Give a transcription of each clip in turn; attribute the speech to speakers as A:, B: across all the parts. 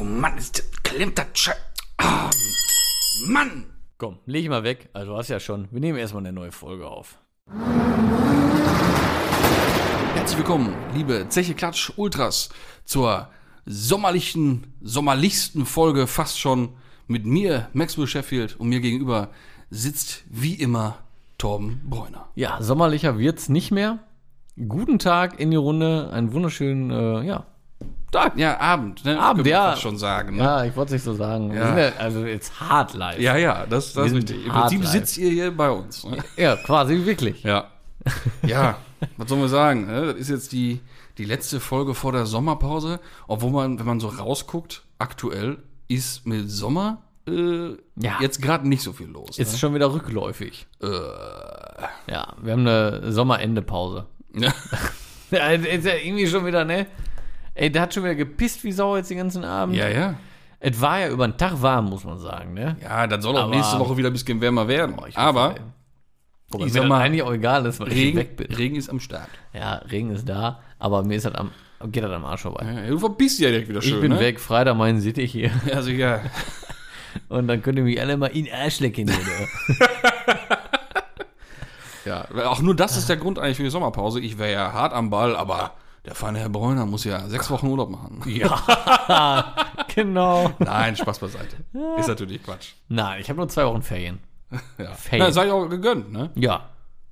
A: Oh Mann, ist das, klemmt das Sche Ah, Mann!
B: Komm, leg ich mal weg. Also, du hast ja schon. Wir nehmen erstmal eine neue Folge auf.
A: Herzlich willkommen, liebe Zeche Klatsch Ultras, zur sommerlichen, sommerlichsten Folge fast schon mit mir, Maxwell Sheffield, und mir gegenüber sitzt wie immer Torben Bräuner.
B: Ja, sommerlicher wird's nicht mehr. Guten Tag in die Runde. Einen wunderschönen, äh, ja. Tag.
A: Ja, Abend, ne?
B: Abend,
A: Könnte
B: ja.
A: man fast schon sagen. Ne?
B: Ja, ich wollte es nicht so sagen. Wir
A: Ja.
B: sind ja also jetzt hart live.
A: Ja, ja, das, das ist
B: Wir sind
A: richtig. Im
B: hart
A: Prinzip
B: live.
A: sitzt ihr hier bei uns. Ne?
B: Ja, quasi wirklich.
A: Ja. Ja, was soll man sagen? ne? Das ist jetzt die, die letzte Folge vor der Sommerpause. Obwohl man, wenn man so rausguckt, aktuell ist mit Sommer äh,
B: Ja.
A: jetzt gerade nicht so viel los. Äh,
B: Ist schon wieder rückläufig. Ja, wir haben eine Sommerendepause.
A: ne?
B: Ja, ist ja irgendwie schon wieder, ne? Ey, der hat schon wieder gepisst wie Sau jetzt den ganzen Abend.
A: ja, ja.
B: Es war ja über den Tag warm, muss man sagen, ne?
A: Ja, dann soll auch
B: Aber- Oh,
A: nächste Woche wieder ein bisschen wärmer werden.
B: ich hoffe,
A: Aber
B: ey. Wobei
A: Ich
B: mir
A: sag
B: das
A: mal,
B: eigentlich auch egal ist, weil ich
A: Regen,
B: weg bin.
A: Regen ist am Start.
B: Ja, Regen ist da, aber mir ist halt am, geht halt am Arsch vorbei.
A: Ja, du verpisst ja direkt wieder schön.
B: ich bin
A: ne?
B: weg, Freitag meinen seht ihr hier.
A: Also ja.
B: Und dann könnt ihr mich alle mal in den Arsch lecken. Oder?
A: ja. Auch nur das ist der Grund eigentlich für die Sommerpause. Ich wäre ja hart am Ball, aber der feine Herr Bräuner muss ja sechs Wochen Urlaub machen.
B: genau.
A: Nein, Spaß beiseite. Ist natürlich Quatsch.
B: Nein, ich habe nur zwei Wochen Ferien.
A: Ja.
B: Fail.
A: Na, sei auch gegönnt, ne?
B: Ja.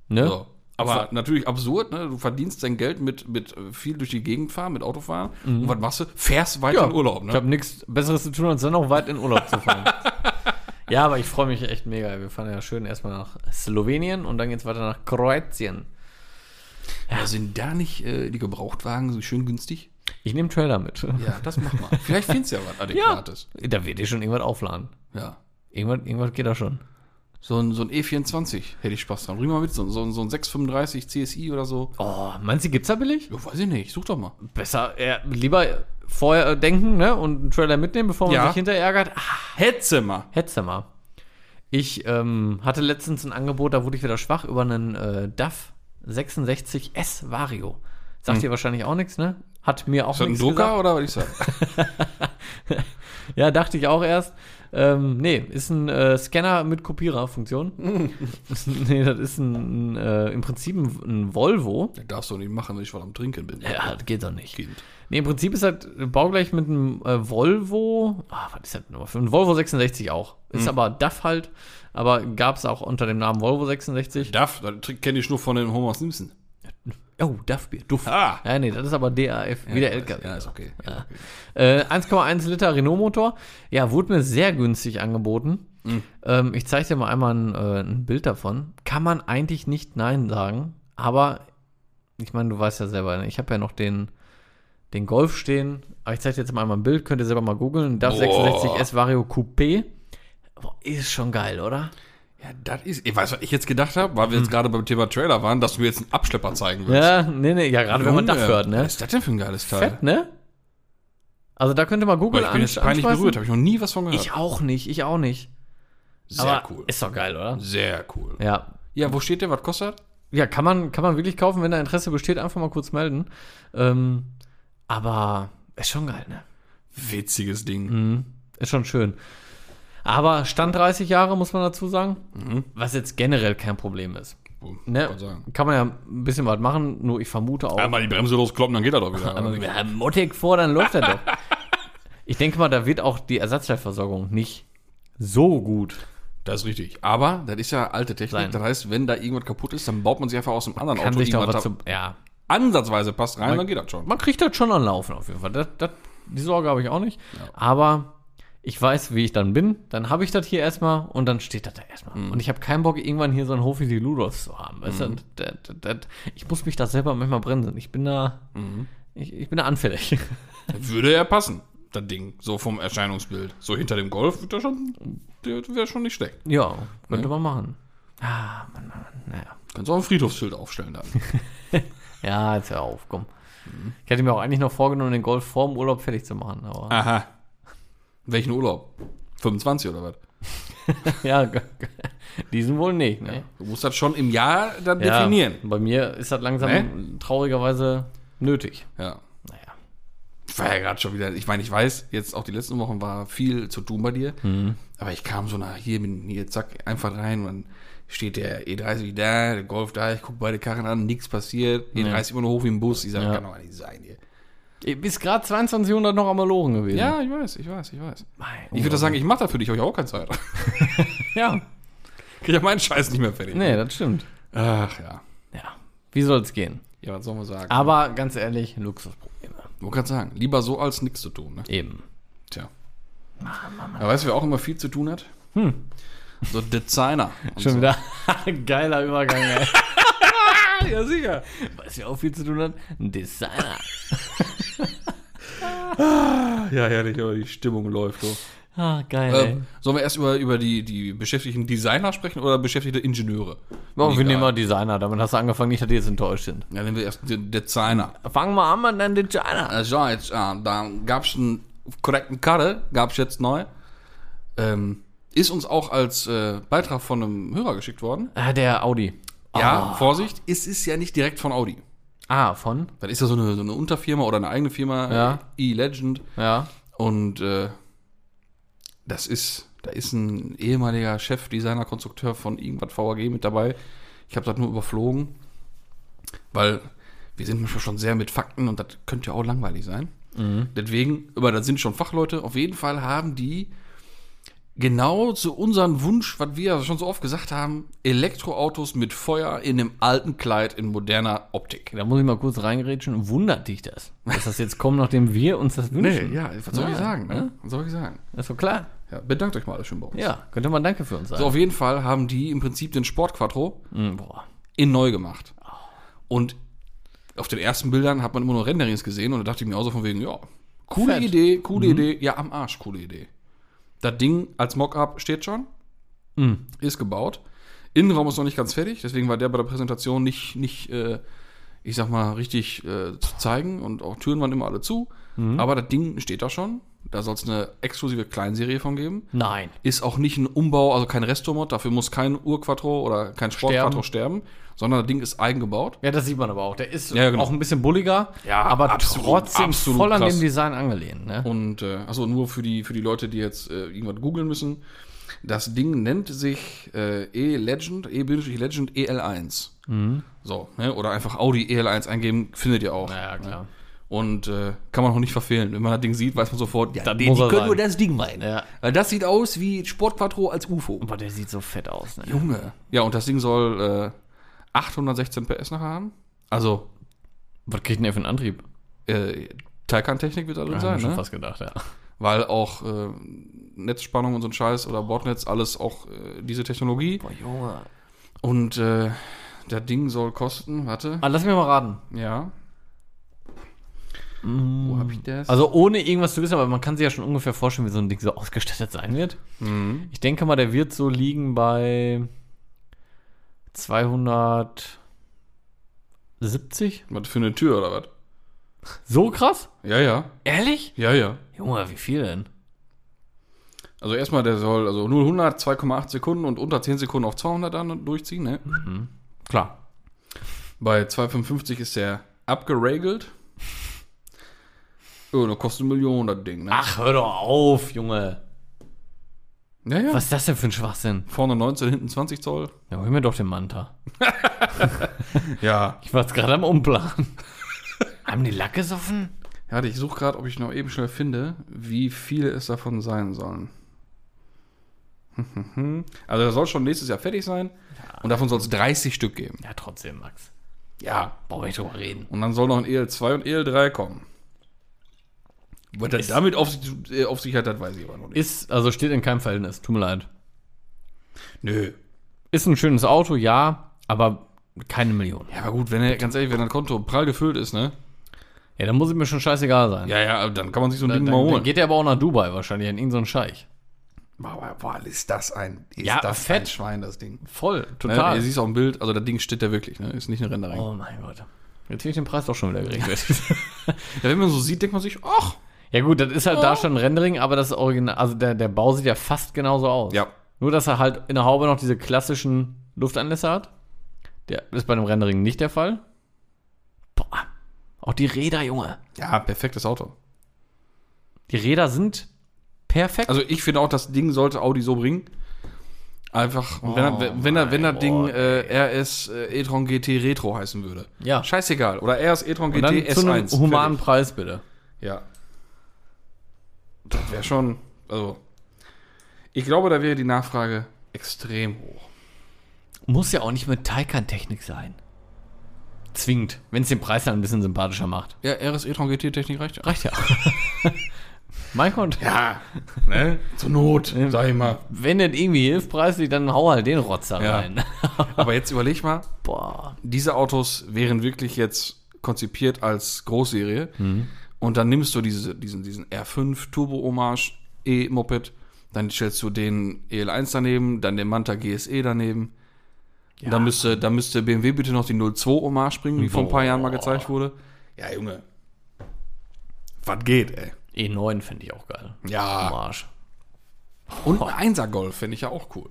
B: Ne?
A: So. Aber natürlich absurd, ne? Du verdienst dein Geld mit, mit äh, viel durch die Gegend fahren, mit Autofahren. Und was machst du? Fährst weiter
B: Mhm. Ja,
A: in Urlaub,
B: Ich
A: ne?
B: habe nichts Besseres zu tun, als dann noch weit in Urlaub zu fahren. ja, aber ich freue mich echt mega. Wir fahren ja schön erstmal nach Slowenien und dann geht's weiter nach Kroatien.
A: Ja, sind da nicht äh, die Gebrauchtwagen so schön günstig?
B: Ich nehme Trailer mit.
A: Ja, das mach mal. Vielleicht findest du ja was Adäquates.
B: Da wird ihr schon irgendwas aufladen.
A: Ja.
B: Irgendwas, irgendwas geht da schon.
A: So ein, so ein E24 hätte ich Spaß dran. Bring mal mit, so, ein- so, ein- so ein 635 CSI oder so.
B: Oh, meinst du, gibt's da billig?
A: Ja, weiß ich nicht. Such doch mal.
B: Besser, ja, lieber vorher denken ne, und einen Trailer mitnehmen, bevor man
A: Ja.
B: sich hinterher ärgert. Ah,
A: Hetze mal.
B: hättest du mal. Ich ähm, hatte letztens ein Angebot, da wurde ich wieder schwach, über einen äh, DAF 66S Vario. Sagt dir wahrscheinlich auch nichts, ne? Hat mir auch
A: Hm. Ist das ein
B: nichts
A: Drucker
B: gesagt.
A: oder was ist das?
B: Ja, dachte ich auch erst. Ähm, nee, ist ein äh, Scanner mit Kopierer-Funktion. nee, das ist ein, ein äh, im Prinzip ein, ein Volvo.
A: Das darfst du nicht machen, wenn ich was am Trinken bin.
B: Ja, das geht doch nicht.
A: Kind.
B: Nee, im Prinzip ist halt baugleich mit einem äh, Volvo. Ah, was ist das nochmal für ein Volvo 66 auch?
A: Hm.
B: Ist aber DAF halt, aber gab es auch unter dem Namen Volvo 66.
A: Darf, das kenne ich nur von den Homer Simpson.
B: Oh, DAF-Bier, Duft.
A: Ah.
B: Ja, nee, das ist aber DAF, wie der
A: Ja,
B: LKW.
A: Ja, ist okay. Ja. okay.
B: Äh, 1,1 Liter Renault-Motor. Ja, wurde mir sehr günstig angeboten.
A: Mhm.
B: Ähm, ich zeige dir mal einmal ein, äh, ein Bild davon. Kann man eigentlich nicht Nein sagen, aber ich meine, du weißt ja selber, ne? ich habe ja noch den, den Golf stehen. Aber ich zeige dir jetzt mal einmal ein Bild, könnt ihr selber mal googeln. DAF
A: Boah.
B: 66S Vario Coupé. Boah, ist schon geil, oder?
A: Ja, das ist. Ich weiß, was ich jetzt gedacht habe, weil wir jetzt gerade beim Thema Trailer waren, dass du mir jetzt einen Abschlepper zeigen willst.
B: Hm. Ja, nee, nee, ja, gerade wenn man
A: Junge,
B: DAF hört,
A: Was
B: ne?
A: ist das denn für ein geiles Teil?
B: Fett, ne? Also da könnte man
A: Weil
B: Google
A: ich bin jetzt
B: ans-
A: peinlich
B: anschmeißen.
A: berührt, habe ich noch nie was von gehört.
B: Ich auch nicht, ich auch nicht.
A: Sehr cool.
B: Ist doch geil, oder?
A: Sehr cool.
B: Ja.
A: Ja, wo steht der? Was kostet das?
B: Ja, kann man, kann man wirklich kaufen, wenn da Interesse besteht, einfach mal kurz melden. Ähm, aber ist schon geil, ne?
A: Witziges Ding.
B: Hm. Ist schon schön. Aber Stand 30 Jahre, muss man dazu sagen, was jetzt generell kein Problem ist.
A: Boom,
B: Ne?
A: Kann sagen.
B: Kann man ja ein bisschen was machen, nur ich vermute auch.
A: Einmal die Bremse loskloppen, dann geht er doch wieder.
B: Einmal mit einem Mottek vor, dann läuft er doch. Ich denke mal, da wird auch die Ersatzteilversorgung nicht so gut.
A: Das ist richtig. Aber das ist ja alte Technik.
B: Sein.
A: Das heißt, wenn da irgendwas kaputt ist, dann baut man sich einfach aus dem anderen
B: Kann sich da
A: irgendwas
B: was
A: da
B: zu. Ja,
A: ansatzweise passt rein, dann geht das schon.
B: man kriegt das schon an Laufen auf jeden Fall. Das, das, die Sorge habe ich auch nicht. Aber ich weiß, wie ich dann bin. Dann habe ich das hier erstmal und dann steht das da erstmal. Und ich habe keinen Bock, irgendwann hier so einen Hof wie die Ludolfs zu haben. Weißt du? das, das, das, ich muss mich da selber manchmal bremsen. Ich bin da, ich, ich bin da anfällig.
A: Würde ja passen, das Ding. So vom Erscheinungsbild. So hinter dem Golf wird das schon, wäre schon nicht schlecht.
B: ja, könnte man machen. Ah, Mann, Mann, Mann. Naja.
A: Kannst auch ein Friedhofsschild aufstellen dann.
B: Ja, jetzt hör auf, komm. Ich hätte mir auch eigentlich noch vorgenommen, den Golf vor dem Urlaub fertig zu machen. Aber
A: Aha. Welchen Urlaub? 25 oder was?
B: ja, g- g- diesen wohl nicht. Ne?
A: Du musst das schon im Jahr dann
B: Ja,
A: definieren.
B: Bei mir ist das langsam traurigerweise nötig.
A: Ja.
B: Naja.
A: war ja gerade schon wieder, ich meine, ich weiß, jetzt auch die letzten Wochen war viel zu tun bei dir, aber ich kam so nach hier, bin hier, zack, einfach rein und dann steht der E30 da, der Golf da, ich gucke beide Karren an, nichts passiert, E30 immer noch hoch wie ein Bus, ich sage,
B: Ja.
A: kann doch nicht sein hier.
B: Bis gerade 2200 noch am Maloren gewesen.
A: Ja, ich weiß, ich weiß, ich weiß.
B: Mein
A: Ich würde sagen, ich mache das für dich, hab ich auch keine Zeit.
B: Ja.
A: Krieg ja meinen Scheiß nicht mehr fertig.
B: Nee, das stimmt.
A: Ach ja.
B: Ja. Wie soll's gehen?
A: Ja, was sollen wir sagen?
B: Aber ganz ehrlich, Luxusprobleme.
A: Man kann sagen, lieber so als nichts zu tun, ne?
B: Eben.
A: Tja. Aber weißt du, wer auch immer viel zu tun hat? Hm. So Designer. und
B: Schon
A: so.
B: wieder geiler Übergang, ey.
A: Ah, ja, sicher.
B: Was ja auch viel zu tun hat, ein Designer.
A: Ah, Ja, herrlich, aber die Stimmung läuft so.
B: Ah, geil,
A: Ähm, sollen wir erst über, über die, die beschäftigten Designer sprechen oder beschäftigte Ingenieure?
B: Warum oh, wir
A: Egal.
B: nehmen mal Designer, damit hast du angefangen, nicht, dass die jetzt enttäuscht sind.
A: Ja, nehmen wir erst den Designer.
B: Fangen wir an mit deinem Designer.
A: Also jetzt, ah, da gab es einen korrekten Karre, gab es jetzt neu. Ähm, ist uns auch als äh, Beitrag von einem Hörer geschickt worden.
B: Ah, der Audi.
A: Ja, Vorsicht, es ist ja nicht direkt von Audi.
B: Ah, von?
A: Dann ist ja so eine, so eine Unterfirma oder eine eigene Firma,
B: Ja.
A: äh, E-Legend.
B: Ja.
A: Und äh, das ist, da ist ein ehemaliger Chefdesigner, Konstrukteur von irgendwas VAG mit dabei. Ich habe das nur überflogen, weil wir sind manchmal schon sehr mit Fakten und das könnte ja auch langweilig sein. Mhm. Deswegen, aber das sind schon Fachleute. Auf jeden Fall haben die genau zu unserem Wunsch, was wir schon so oft gesagt haben, Elektroautos mit Feuer in einem alten Kleid in moderner Optik.
B: Da muss ich mal kurz reingrätschen. Wundert dich das? Dass das jetzt kommt, nachdem wir uns das wünschen?
A: ja, was soll ich
B: Ja,
A: sagen? Ne? Was soll ich sagen?
B: Das ist doch klar.
A: Ja, bedankt euch mal alle schön bei uns.
B: Ja, könnte man Danke für uns sagen.
A: So, auf jeden Fall haben die im Prinzip den Sportquattro
B: Mm, boah.
A: in neu gemacht. Und auf den ersten Bildern hat man immer nur Renderings gesehen und da dachte ich mir auch so von wegen, ja, coole
B: Fett.
A: Idee, coole Idee, ja, am Arsch, coole Idee. Das Ding als Mockup steht schon, ist gebaut. Innenraum ist noch nicht ganz fertig, deswegen war der bei der Präsentation nicht, nicht äh, ich sag mal, richtig äh, zu zeigen und auch Türen waren immer alle zu. Aber das Ding steht da schon. Da soll es eine exklusive Kleinserie von geben
B: Nein.
A: ist auch nicht ein Umbau, also kein Restomod, dafür muss kein Urquattro oder kein Sportquattro sterben, sondern das Ding ist eigengebaut.
B: Ja, das sieht man aber auch. Der ist
A: Ja, genau.
B: auch ein bisschen bulliger,
A: Ja,
B: aber
A: absolut,
B: trotzdem
A: absolut
B: voll an
A: krass.
B: dem Design angelehnt. Ne?
A: Und äh, also nur für die für die Leute, die jetzt äh, irgendwas googeln müssen, das Ding nennt sich äh, E-Legend, E-Legend EL1. E So, ne? oder einfach Audi EL1 eingeben, findet ihr auch.
B: Mhm. Ja, klar.
A: Und äh, kann man auch nicht verfehlen. Wenn man das Ding sieht, weiß man sofort, ja,
B: Das muss er sein.
A: das Ding meinen.
B: Ja.
A: Weil das sieht aus wie Sportquattro als UFO.
B: Aber der sieht so fett aus. Ne?
A: Junge. Ja, und das Ding soll äh, 816 PS nachher haben. Also,
B: Was kriegt denn der für einen Antrieb?
A: äh, Taycan-Technik wird da drin
B: Hab ich mir
A: sein, ne?
B: fast gedacht, ja.
A: Weil auch äh, Netzspannung und so ein Scheiß oder Bordnetz, alles auch äh, diese Technologie.
B: Boah, Junge.
A: Und äh, das Ding soll kosten, warte,
B: Ah, lass mich mal raten.
A: ja. Wo hab ich das?
B: Also ohne irgendwas zu wissen, aber man kann sich ja schon ungefähr vorstellen, wie so ein Ding so ausgestattet sein wird.
A: Mhm.
B: Ich denke mal, der wird so liegen bei 270.
A: Was für eine Tür oder was?
B: So krass?
A: Ja, ja.
B: Ehrlich?
A: Ja, ja.
B: Junge, wie viel denn?
A: Also erstmal, der soll also 0 100 2,8 Sekunden und unter 10 Sekunden auf 200 dann durchziehen, ne?
B: Klar.
A: Bei 2,55 ist der abgeregelt. Ja, da kostet eine Million, das Ding, ne?
B: Ach, hör doch auf, Junge.
A: Ja, ja.
B: Was ist das denn für ein Schwachsinn?
A: Vorne 19, hinten 20 Zoll.
B: Ja, hol mir doch den Manta.
A: Ja.
B: Ich war jetzt gerade am Umplanen. Haben die Lack gesoffen?
A: Warte, ich suche gerade, ob ich noch eben schnell finde, wie viele es davon sein sollen. Also, das soll schon nächstes Jahr fertig sein. Und davon soll es 30 Stück geben.
B: Ja, trotzdem, Max.
A: Ja.
B: Brauchen wir nicht drüber reden.
A: Und dann soll noch ein EL2 und EL3 kommen. Was das damit auf sich, äh, auf sich hat, das weiß ich aber noch nicht.
B: Ist, also steht in keinem Verhältnis, tut mir leid.
A: Nö.
B: Ist ein schönes Auto, ja, aber keine Million.
A: Ja, aber gut, wenn er, ganz ehrlich, wenn dein Konto prall gefüllt ist, ne?
B: Ja, dann muss es mir schon scheißegal sein.
A: Ja, ja, dann kann man sich so ein
B: dann,
A: Ding mal
B: dann,
A: holen.
B: dann geht er aber auch nach Dubai wahrscheinlich, in irgendeinen Scheich.
A: Boah, boah, ist das ein, ist
B: Ja,
A: das
B: fett.
A: ein Schwein, das Ding.
B: Voll,
A: Ne?
B: total.
A: Ihr siehst auch im Bild, also das Ding steht da wirklich, ne? Ist nicht eine Renderei.
B: oh mein Gott. Jetzt finde ich den Preis doch schon wieder geregelt.
A: Ja, wenn man so sieht, denkt man sich, ach.
B: ja gut, das ist halt da schon ein Rendering, aber das Original, also der, der Bau sieht ja fast genauso aus.
A: Ja.
B: Nur, dass er halt in der Haube noch diese klassischen Luftanlässe hat. Der ist bei einem Rendering nicht der Fall. Boah, auch die Räder, Junge.
A: Ja, perfektes Auto.
B: Die Räder sind perfekt.
A: Also ich finde auch, das Ding sollte Audi so bringen. Einfach, wenn, er, wenn, er, wenn das
B: Oh mein
A: Ding
B: Gott,
A: äh, RS äh, e-tron GT Retro heißen würde.
B: ja.
A: Scheißegal. Oder RS e-tron
B: Und
A: GT
B: dann zu einem
A: S1.
B: humanen Preis bitte.
A: Fertig. Ja. Das wäre schon, also ich glaube, da wäre die Nachfrage extrem hoch.
B: Muss ja auch nicht mit Taycan-Technik sein. Zwingend. Wenn es den Preis dann ein bisschen sympathischer macht.
A: Ja, RS e-tron GT Technik reicht ja.
B: Reicht ja. mein Gott.
A: Ja, ne? Zur Not, sag ich mal.
B: Wenn das irgendwie hilft preislich, dann hau halt den Rotzer
A: Ja.
B: rein.
A: Aber jetzt überleg mal,
B: Boah.
A: diese Autos wären wirklich jetzt konzipiert als Großserie. Und dann nimmst du diese, diesen, diesen R5 Turbo Hommage E-Moped, dann stellst du den EL1 daneben, dann den Manta GSE daneben. Dann, müsste, dann müsste BMW bitte noch die 02 Hommage bringen, die vor ein paar Jahren mal gezeigt wurde. Ja, Junge. Was geht, ey?
B: E9 E finde ich auch geil.
A: Ja.
B: Marsch.
A: Und ein 1er Golf finde ich ja auch cool.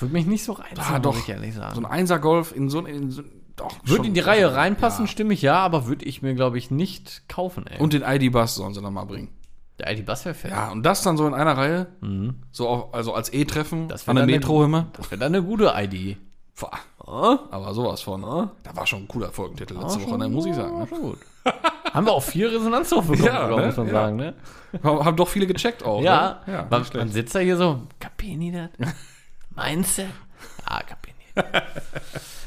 B: Würde mich nicht so reizen,
A: Ah, doch.
B: muss ich ehrlich sagen.
A: So ein 1er Golf in so ein. In so, doch,
B: würde
A: schon-
B: in die Reihe reinpassen, stimme ich ja, aber würde ich mir, glaube ich, nicht kaufen, ey.
A: Und den ID-Bus sollen sie dann mal bringen.
B: der ID Bus wäre fett.
A: Ja, und das dann so in einer Reihe, so auf, also als E-Treffen
B: Mhm. Das wär
A: an der
B: dann eine-
A: Metro immer.
B: Das wäre dann eine gute ID.
A: Pah,
B: Oh,
A: aber sowas von. Da war schon ein cooler Folgentitel letzte Woche,
B: schon-
A: ne, muss ich
B: ja,
A: sagen.
B: schon gut. Haben wir auch viel Resonanz drauf bekommen,
A: Ja,
B: glaub,
A: ne?
B: muss man
A: Ja.
B: sagen, ne?
A: Ne? Haben doch viele gecheckt auch.
B: Ja,
A: ne? ja
B: man,
A: nicht
B: man
A: schlecht.
B: sitzt da hier so, Capini das? Meinst du? Ah, Capini.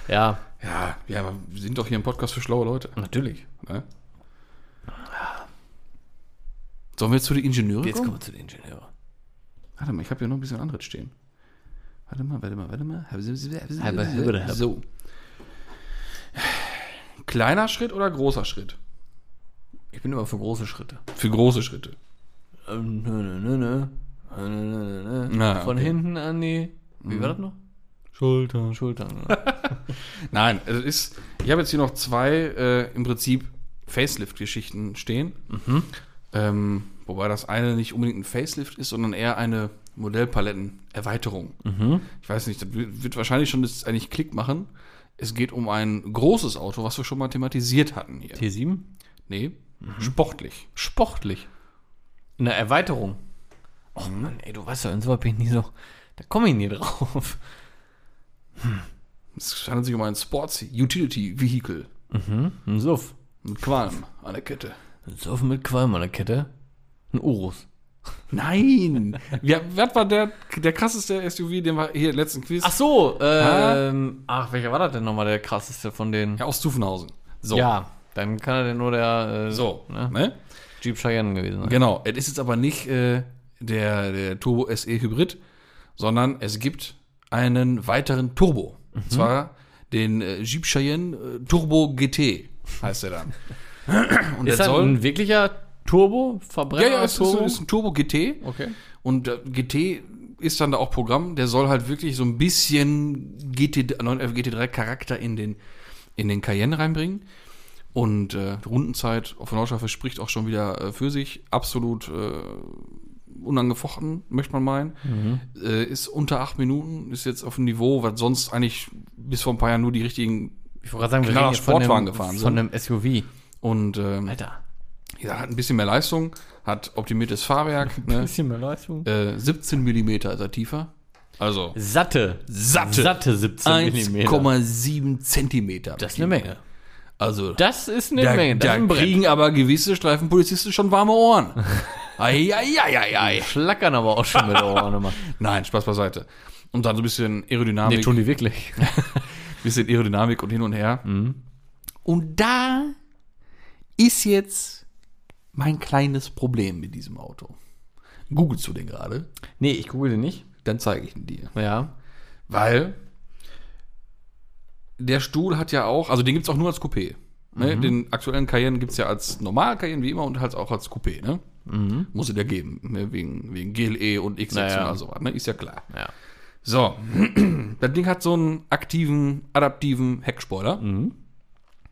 B: ja,
A: ja, ja, aber wir sind doch hier im Podcast für schlaue Leute.
B: natürlich.
A: Ne? Sollen wir jetzt zu den Ingenieuren
B: Jetzt
A: kommen?
B: kommen wir zu den Ingenieuren.
A: Warte mal, ich habe hier noch ein bisschen anderes stehen. Warte mal, warte mal, warte
B: Halbe, halbe,
A: mal.
B: halbe.
A: So. Kleiner Schritt oder großer Schritt?
B: Ich bin immer für große Schritte.
A: Für große Schritte.
B: Ähm, nö, nö, nö, nö. Nö, nö, nö, nö, nö.
A: Na,
B: Von
A: okay. Mhm.
B: hinten an die. Wie war das noch?
A: Schultern,
B: Schultern. ne?
A: Nein, also es ist. Ich habe jetzt hier noch zwei äh, im Prinzip Facelift-Geschichten stehen. Ähm, wobei das eine nicht unbedingt ein Facelift ist, sondern eher eine Modellpalettenerweiterung. Ich weiß nicht, das wird wird wahrscheinlich schon das eigentlich Klick machen. Es geht um ein großes Auto, was wir schon mal thematisiert hatten hier.
B: T7?
A: Nee, sportlich. Mhm. Sportlich.
B: Eine Erweiterung. Och Mann, ey, du weißt ja, in sowas bin ich nie so. Da komme ich nie drauf.
A: Es handelt sich um ein Sports Utility Vehicle.
B: Ein Suff.
A: Ein Qualm an der Kette.
B: Ein Suff mit Qualm an der Kette. Ein Urus.
A: Nein! ja, was war der, der krasseste SUV, den wir hier letzten Quiz
B: Ach so, ähm, ach, welcher war das denn nochmal der krasseste von denen?
A: Ja, aus Zuffenhausen. So.
B: Ja, dann kann er denn nur der äh,
A: So.
B: ne?
A: Ne?
B: Jeep Cheyenne gewesen sein.
A: Genau. Es ist jetzt aber nicht äh, der, der Turbo SE Hybrid, sondern es gibt einen weiteren Turbo.
B: Mhm.
A: Und zwar den äh, Jeep Cheyenne äh, Turbo GT heißt er dann. Und
B: Ist
A: der
B: das
A: soll.
B: ein wirklicher
A: Ja,
B: Turbo? Verbrenner?
A: ja, es ist,
B: Turbo?
A: ein- ist ein Turbo GT.
B: okay.
A: Und äh, GT ist dann da auch Programm, der soll halt wirklich so ein bisschen GT, 911 GT3 Charakter in den, in den Cayenne reinbringen. Und äh, die Rundenzeit auf der Nordschleife spricht auch schon wieder äh, für sich. Absolut äh, unangefochten, möchte man meinen. Äh, ist unter acht Minuten, ist jetzt auf dem Niveau, was sonst eigentlich bis vor ein paar Jahren nur die richtigen.
B: Ich wollte gerade sagen, wir
A: Knaller
B: reden jetzt von
A: Sportwagen
B: einem,
A: gefahren
B: von einem SUV.
A: Und ähm,
B: Alter,
A: ja, hat ein bisschen mehr Leistung, hat optimiertes Fahrwerk. Ne?
B: bisschen mehr Leistung.
A: äh, 17 mm ist er tiefer. Also.
B: Satte.
A: Satte.
B: Satte 17 Millimeter.
A: 1,7 Zentimeter.
B: Das ist eine Menge.
A: Also,
B: Das ist eine
A: da,
B: Menge. Das
A: da
B: ist ein Brett.
A: kriegen aber gewisse Streifenpolizisten schon warme Ohren. Eieieiei.
B: Schlackern aber auch schon mit der Ohren immer.
A: Nein, Spaß beiseite. Und dann so ein bisschen Aerodynamik,
B: die wirklich.
A: bisschen Aerodynamik und hin und her.
B: Mhm.
A: Und da ist jetzt mein kleines Problem mit diesem Auto. Googlest du den gerade?
B: Nee, ich google den nicht.
A: Dann zeige ich ihn dir.
B: Ja.
A: Weil der Stuhl hat ja auch, also den gibt es auch nur als Coupé. Ne? Den aktuellen Cayenne gibt es ja als normal Cayenne wie immer und halt auch als Coupé. Ne? Muss es ja geben, ne? wegen, wegen GLE und X6
B: Naja.
A: und all sowas. Ne? Ist ja klar.
B: Ja.
A: So, das Ding hat so einen aktiven, adaptiven Heckspoiler.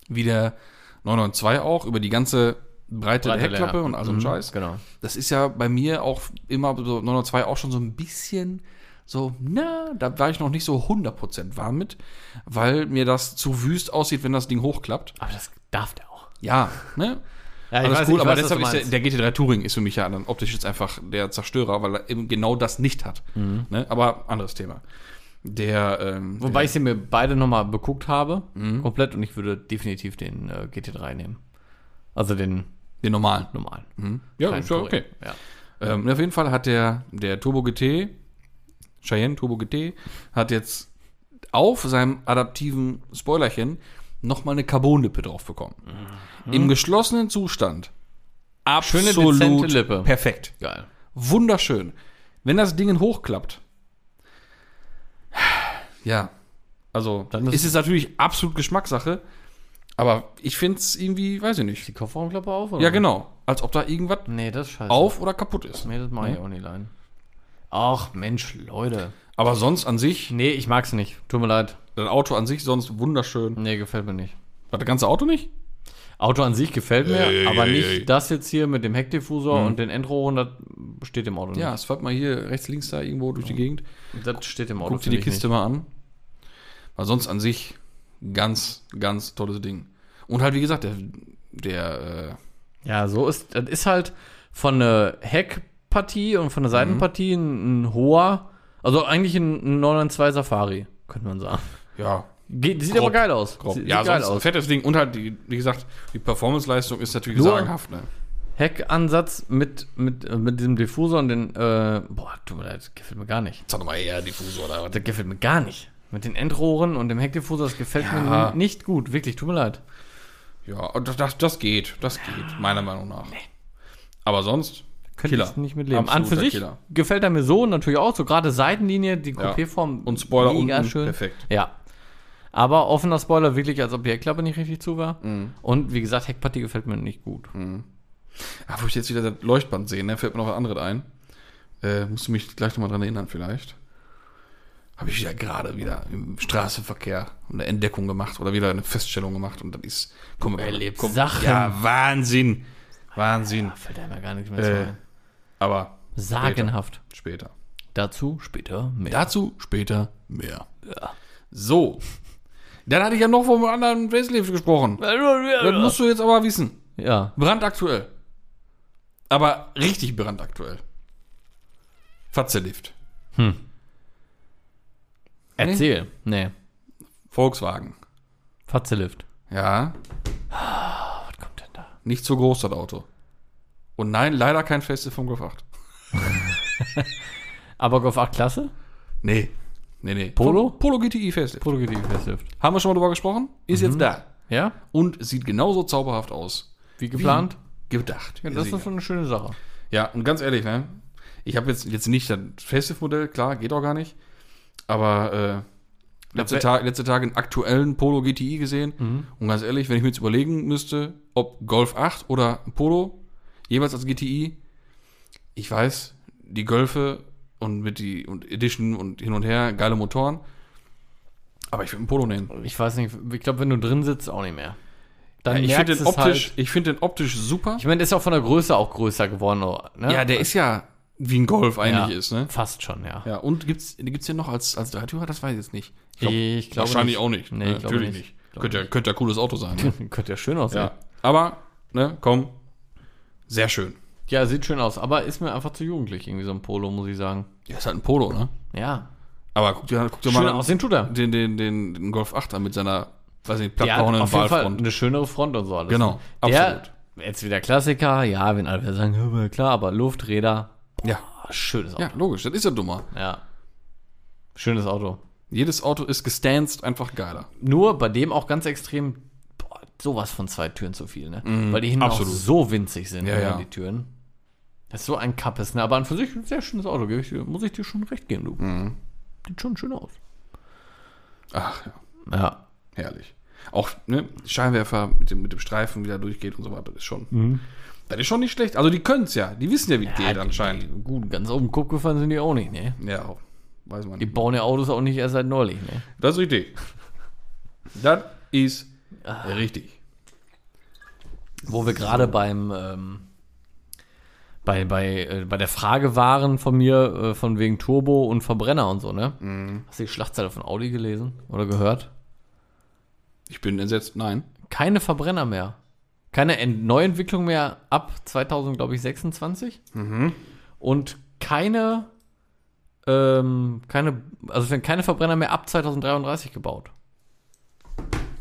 A: Wie der 992 auch, über die ganze Breite, Mhm.
B: Breite,
A: der Heckklappe
B: ja.
A: und all so ein Scheiß.
B: Genau.
A: Das ist ja bei mir auch immer so 902 auch schon so ein bisschen so, na, da war ich noch nicht so 100% warm mit, weil mir das zu wüst aussieht, wenn das Ding hochklappt.
B: Aber das darf der auch.
A: Ja, ne?
B: Ja, ich
A: Alles
B: weiß-
A: cool,
B: ich
A: aber
B: weiß, was
A: deshalb
B: du
A: ist der,
B: meinst.
A: der GT3 Touring ist für mich ja dann optisch jetzt einfach der Zerstörer, weil er eben genau das nicht hat.
B: Mhm.
A: Ne? Aber anderes Thema. Der, ähm,
B: Wobei ich sie mir beide nochmal beguckt habe, komplett, und ich würde definitiv den äh, GT3 nehmen. Also den
A: den normalen.
B: normalen.
A: Ja,
B: Keinen
A: ist ja
B: Touring.
A: okay.
B: Ja.
A: Ähm, auf jeden Fall hat der, der Turbo GT, Cheyenne Turbo GT, hat jetzt auf seinem adaptiven Spoilerchen nochmal eine Carbonlippe drauf bekommen. Im geschlossenen Zustand.
B: Mhm. Schöne,
A: Absolut
B: dezente Lippe.
A: perfekt.
B: Geil.
A: Wunderschön. Wenn das Ding hochklappt, ja, also
B: Dann ist-
A: ist es natürlich absolut Geschmackssache, aber ich finde es irgendwie, weiß ich nicht.
B: Die Kofferraumklappe auf? Oder?
A: Ja, genau. Als ob da irgendwas
B: Nee, das ist scheiße.
A: auf oder kaputt ist.
B: Nee, das mache ich auch nicht leiden. Ach, Mensch, Leute.
A: Aber sonst an sich,
B: Nee, ich mag's nicht. Tut mir leid.
A: das Auto an sich sonst wunderschön.
B: Nee, gefällt mir nicht.
A: War das ganze Auto nicht?
B: Auto an sich gefällt mir,
A: Ey,
B: aber
A: ey,
B: nicht
A: ey.
B: das jetzt hier mit dem Heckdiffusor
A: Mhm.
B: und den Endrohren, das steht im Auto
A: Ja, es fährt mal hier rechts, links da irgendwo durch die Gegend.
B: nicht. Das steht im Auto
A: Guck dir die
B: finde ich
A: Kiste mal an. Weil sonst an sich ganz, ganz tolles Ding. Und halt, wie gesagt, der, der äh,
B: nicht. Ja, so ist, das ist halt von der Heckpartie und
A: Mhm.
B: von der Seitenpartie ein, ein hoher, also eigentlich ein 992 Safari, könnte man sagen.
A: äh, ja,
B: Geht, sieht
A: Grob,
B: aber geil aus.
A: grob.
B: Sieht,
A: ja,
B: sieht geil
A: sonst ein
B: aus.
A: fettes Ding. Und halt, die, wie gesagt, die Performance-Leistung ist natürlich
B: Nur-
A: sagenhaft. Ne?
B: Heckansatz mit, mit, äh, mit diesem Diffusor und den, äh, boah, tut mir leid, das gefällt mir gar nicht.
A: Sag doch mal her, Diffusor da.
B: Das gefällt mir gar nicht. Mit den Endrohren und dem Heckdiffusor, das gefällt
A: Ja.
B: mir nicht gut. Wirklich, tut mir leid.
A: Ja, und das, das, das geht. Das geht, meiner Meinung nach. Aber sonst,
B: Könnte ich nicht mit leben. An
A: Absoluter
B: für sich
A: Killer.
B: gefällt er mir so natürlich auch. So gerade Seitenlinie, die
A: Ja.
B: Coupé-Form.
A: Und Spoiler
B: mega
A: unten,
B: schön.
A: perfekt.
B: Ja. Aber offener Spoiler wirklich, als ob die Heckklappe nicht richtig zu war.
A: Mhm.
B: Und wie gesagt, Heckpartie gefällt mir nicht gut.
A: Ah, wo ich jetzt wieder das Leuchtband sehe, ne? fällt mir noch was anderes ein. Äh, musst du mich gleich nochmal dran erinnern, vielleicht. Habe ich ja gerade wieder im Straßenverkehr eine Entdeckung gemacht oder wieder eine Feststellung gemacht und das ist. Komm,
B: erlebst
A: komm,
B: Sachen.
A: Ja, Wahnsinn. Wahnsinn.
B: Da fällt einem ja gar nichts mehr zu
A: äh,
B: ein.
A: aber
B: Sagenhaft.
A: später.
B: Dazu später mehr.
A: Dazu später mehr. So. Dann hatte ich ja noch vom anderen Facelift gesprochen. Das musst du jetzt aber wissen.
B: ja.
A: Brandaktuell. Aber richtig brandaktuell. Fatzelift.
B: Erzähl. Nee.
A: Volkswagen.
B: Fatzelift.
A: Ja,
B: Was kommt denn da?
A: nicht so groß das Auto. Und nein, leider kein Feste vom Golf 8.
B: Aber Golf 8 Klasse?
A: Nee. Nee, nee.
B: Polo?
A: Vom Polo GTI Facelift.
B: Produktiv Fatzelift.
A: Haben wir schon mal drüber gesprochen? Ist
B: Mhm.
A: jetzt da.
B: Ja?
A: Und sieht genauso zauberhaft aus.
B: Wie geplant?
A: Wie gedacht. Ja,
B: Das ist schon eine schöne Sache.
A: ja, und ganz ehrlich, ne? Ich habe jetzt, jetzt nicht das Facelift-Modell, klar, geht auch gar nicht. Aber äh, letzte,
B: wär-
A: Ta letzte Tage einen aktuellen Polo GTI gesehen.
B: Mhm.
A: Und ganz ehrlich, wenn ich mir jetzt überlegen müsste, ob Golf 8 oder Polo, jeweils als GTI, ich weiß, die Golfe und mit die und Edition und hin und her, geile Motoren. Aber ich würde einen Polo nehmen.
B: Ich weiß nicht, ich glaube, wenn du drin sitzt, auch nicht mehr. Dann
A: ich finde
B: merkst
A: den,
B: du es
A: optisch-
B: Halt.
A: ich find den optisch super.
B: Ich meine, der ist auch von der Größe auch größer geworden, ne?
A: ja, der ist ja wie ein Golf
B: Ja,
A: eigentlich ist, ne?
B: Fast schon, ja.
A: Ja, und gibt's, gibt's den noch als, als Dreitürer? Das weiß ich jetzt nicht. Ich glaub,
B: Ich glaube
A: wahrscheinlich
B: nicht.
A: auch nicht.
B: Nee,
A: Ne,
B: ich glaube
A: natürlich
B: nicht.
A: nicht. Könnte, ja, könnte ja ein cooles Auto sein. Ne?
B: Könnte ja schön aussehen.
A: ja. Aber, ne, komm. Sehr schön.
B: Ja. sieht schön aus, aber ist mir einfach zu jugendlich, irgendwie so ein Polo, muss ich sagen.
A: Ja, ist halt ein Polo, ne?
B: Ja.
A: Aber guck dir, guck dir
B: Schön
A: mal
B: aussehen tut er.
A: den, den, den, den Golf 8 an mit seiner, weiß nicht,
B: Der hat
A: plattgehauenen
B: auf jeden Fall
A: Wahlfront.
B: eine schönere Front und so alles.
A: Genau,
B: Der,
A: absolut.
B: Jetzt wieder Klassiker, ja, wenn alle sagen, ja, aber klar, aber Lufträder,
A: Ja.
B: oh, schönes Auto.
A: ja, logisch, das ist ja dummer.
B: Ja. Schönes Auto.
A: Jedes Auto ist gestanzt einfach geiler.
B: Nur bei dem auch ganz extrem, boah, sowas von zwei Türen zu viel, ne? Weil die hinten
A: Mhm, absolut.
B: auch so winzig sind,
A: Ja,
B: ne,
A: ja.
B: die Türen. Das ist so ein Kappes, ne? Aber an für sich ein sehr schönes Auto, gebe ich dir, muss ich dir schon recht geben, du. Sieht schon schön aus.
A: Mhm. Ach ja,
B: Ja.
A: herrlich. Auch, ne, Scheinwerfer mit dem, mit dem Streifen, wie der durchgeht und so weiter, das ist schon. Das ist schon nicht schlecht. Also die können es ja, die wissen Mhm. ja, wie es geht anscheinend.
B: Die, gut, ganz oben Kopf gefahren sind die auch nicht, ne?
A: Ja, weiß man
B: Die
A: nicht.
B: bauen ja Autos auch nicht erst seit neulich, ne?
A: Das ist richtig. Das ist richtig.
B: Wo wir gerade beim ähm, bei, bei, äh, bei der Frage waren von mir, äh, von wegen Turbo und Verbrenner und so, ne?
A: Mhm.
B: Hast du die Schlagzeile von Audi gelesen oder gehört?
A: Ich bin entsetzt. Nein.
B: Keine Verbrenner mehr. keine Ent Neuentwicklung mehr ab 2000, glaube ich, 26.
A: Mhm.
B: Und keine, ähm, keine, also es werden keine Verbrenner mehr ab 2033 gebaut.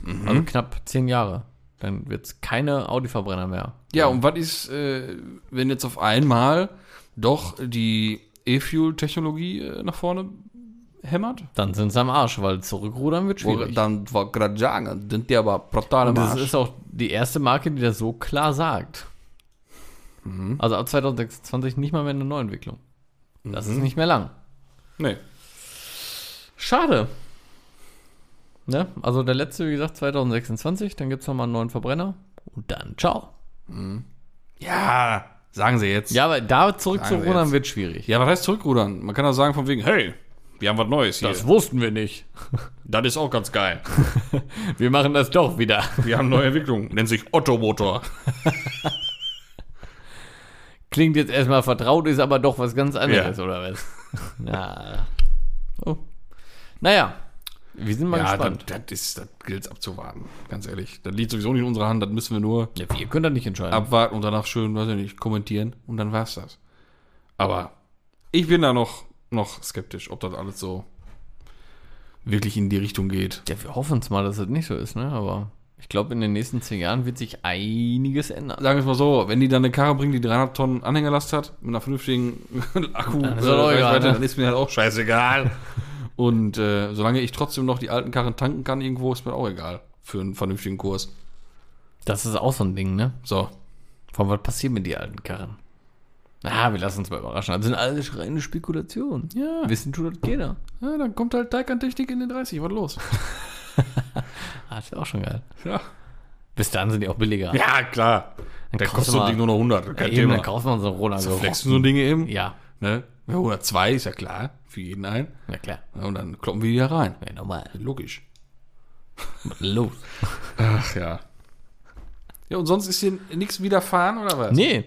A: Mhm.
B: Also knapp zehn Jahre. Dann wird es keine Audi-Verbrenner mehr.
A: Ja, und was ist, äh, wenn jetzt auf einmal doch die E-Fuel-Technologie äh, nach vorne hämmert?
B: Dann sind sie am Arsch, weil zurückrudern wird
A: Wo-
B: schwierig.
A: Dann war gerade sagen, dann sind die aber brutal
B: Und
A: im
B: das
A: Arsch.
B: ist auch die erste Marke, die das so klar sagt.
A: Mhm.
B: Also ab 2026 nicht mal mehr eine Neuentwicklung. Das
A: Mhm.
B: ist nicht mehr lang.
A: nee.
B: Schade. Ne? Also der letzte, wie gesagt, 2026, dann gibt es nochmal einen neuen Verbrenner und dann ciao.
A: Ja, sagen sie jetzt.
B: Ja, aber da zurück
A: Sagen
B: zu
A: wir
B: Ronan
A: jetzt.
B: wird schwierig.
A: Ja, was heißt zurückrudern? Man kann auch sagen von wegen, hey, wir haben was Neues hier.
B: wussten wir nicht.
A: das ist auch ganz geil.
B: Wir machen das doch wieder.
A: Wir haben neue Entwicklung, nennt sich Otto Motor.
B: Klingt jetzt erstmal vertraut, ist aber doch was ganz anderes, oder was? Na. Oh. Naja, wir sind mal
A: Ja, das,
B: gespannt.
A: das, ist, das gilt abzuwarten, ganz ehrlich. Das liegt sowieso nicht in unserer Hand, das müssen wir nur
B: Ja, ihr könnt da nicht entscheiden.
A: abwarten und danach schön, weiß ich nicht, kommentieren und dann war's das. Aber ich bin da noch, noch skeptisch, ob das alles so wirklich in die Richtung geht.
B: Ja, wir hoffen es mal, dass es nicht so ist, ne? Aber ich glaube, in den nächsten zehn Jahren wird sich einiges ändern.
A: Sagen wir es mal so, wenn die dann eine Karre bringen, die 300 Tonnen Anhängerlast hat, mit einer vernünftigen Akku,
B: Dann ist das auch
A: äh,
B: egal,
A: Reichweite,
B: ne?
A: dann ist mir halt auch scheißegal. und äh, solange ich trotzdem noch die alten Karren tanken kann irgendwo, ist mir auch egal. Für einen vernünftigen Kurs.
B: Das ist auch so ein Ding, ne?
A: So,
B: Vor allem, was passiert mit den alten Karren? Na, wir lassen uns mal überraschen. Das sind alles reine Spekulationen.
A: Ja.
B: Wissen tut das keiner.
A: ja dann kommt halt Taycan-Technik in den 30, was los?
B: Ah, das wäre auch schon geil.
A: ja.
B: Bis dann sind die auch billiger.
A: ja, klar.
B: Dann
A: Der
B: kaufst
A: kostet
B: du
A: so ein
B: mal-
A: Ding nur noch 100,
B: Ja,
A: kein
B: eben,
A: Thema.
B: dann kauft man so einen Roland Garo.
A: Flexen so Dinge eben.
B: Ja,
A: Ne? Ja, Oder zwei ist ja klar, für jeden ein.
B: na klar.
A: Ja, Und dann kloppen wir die da rein.
B: Ja, normal.
A: Logisch.
B: Los.
A: Ach ja. Ja, und sonst ist hier nichts widerfahren oder was?
B: Nee,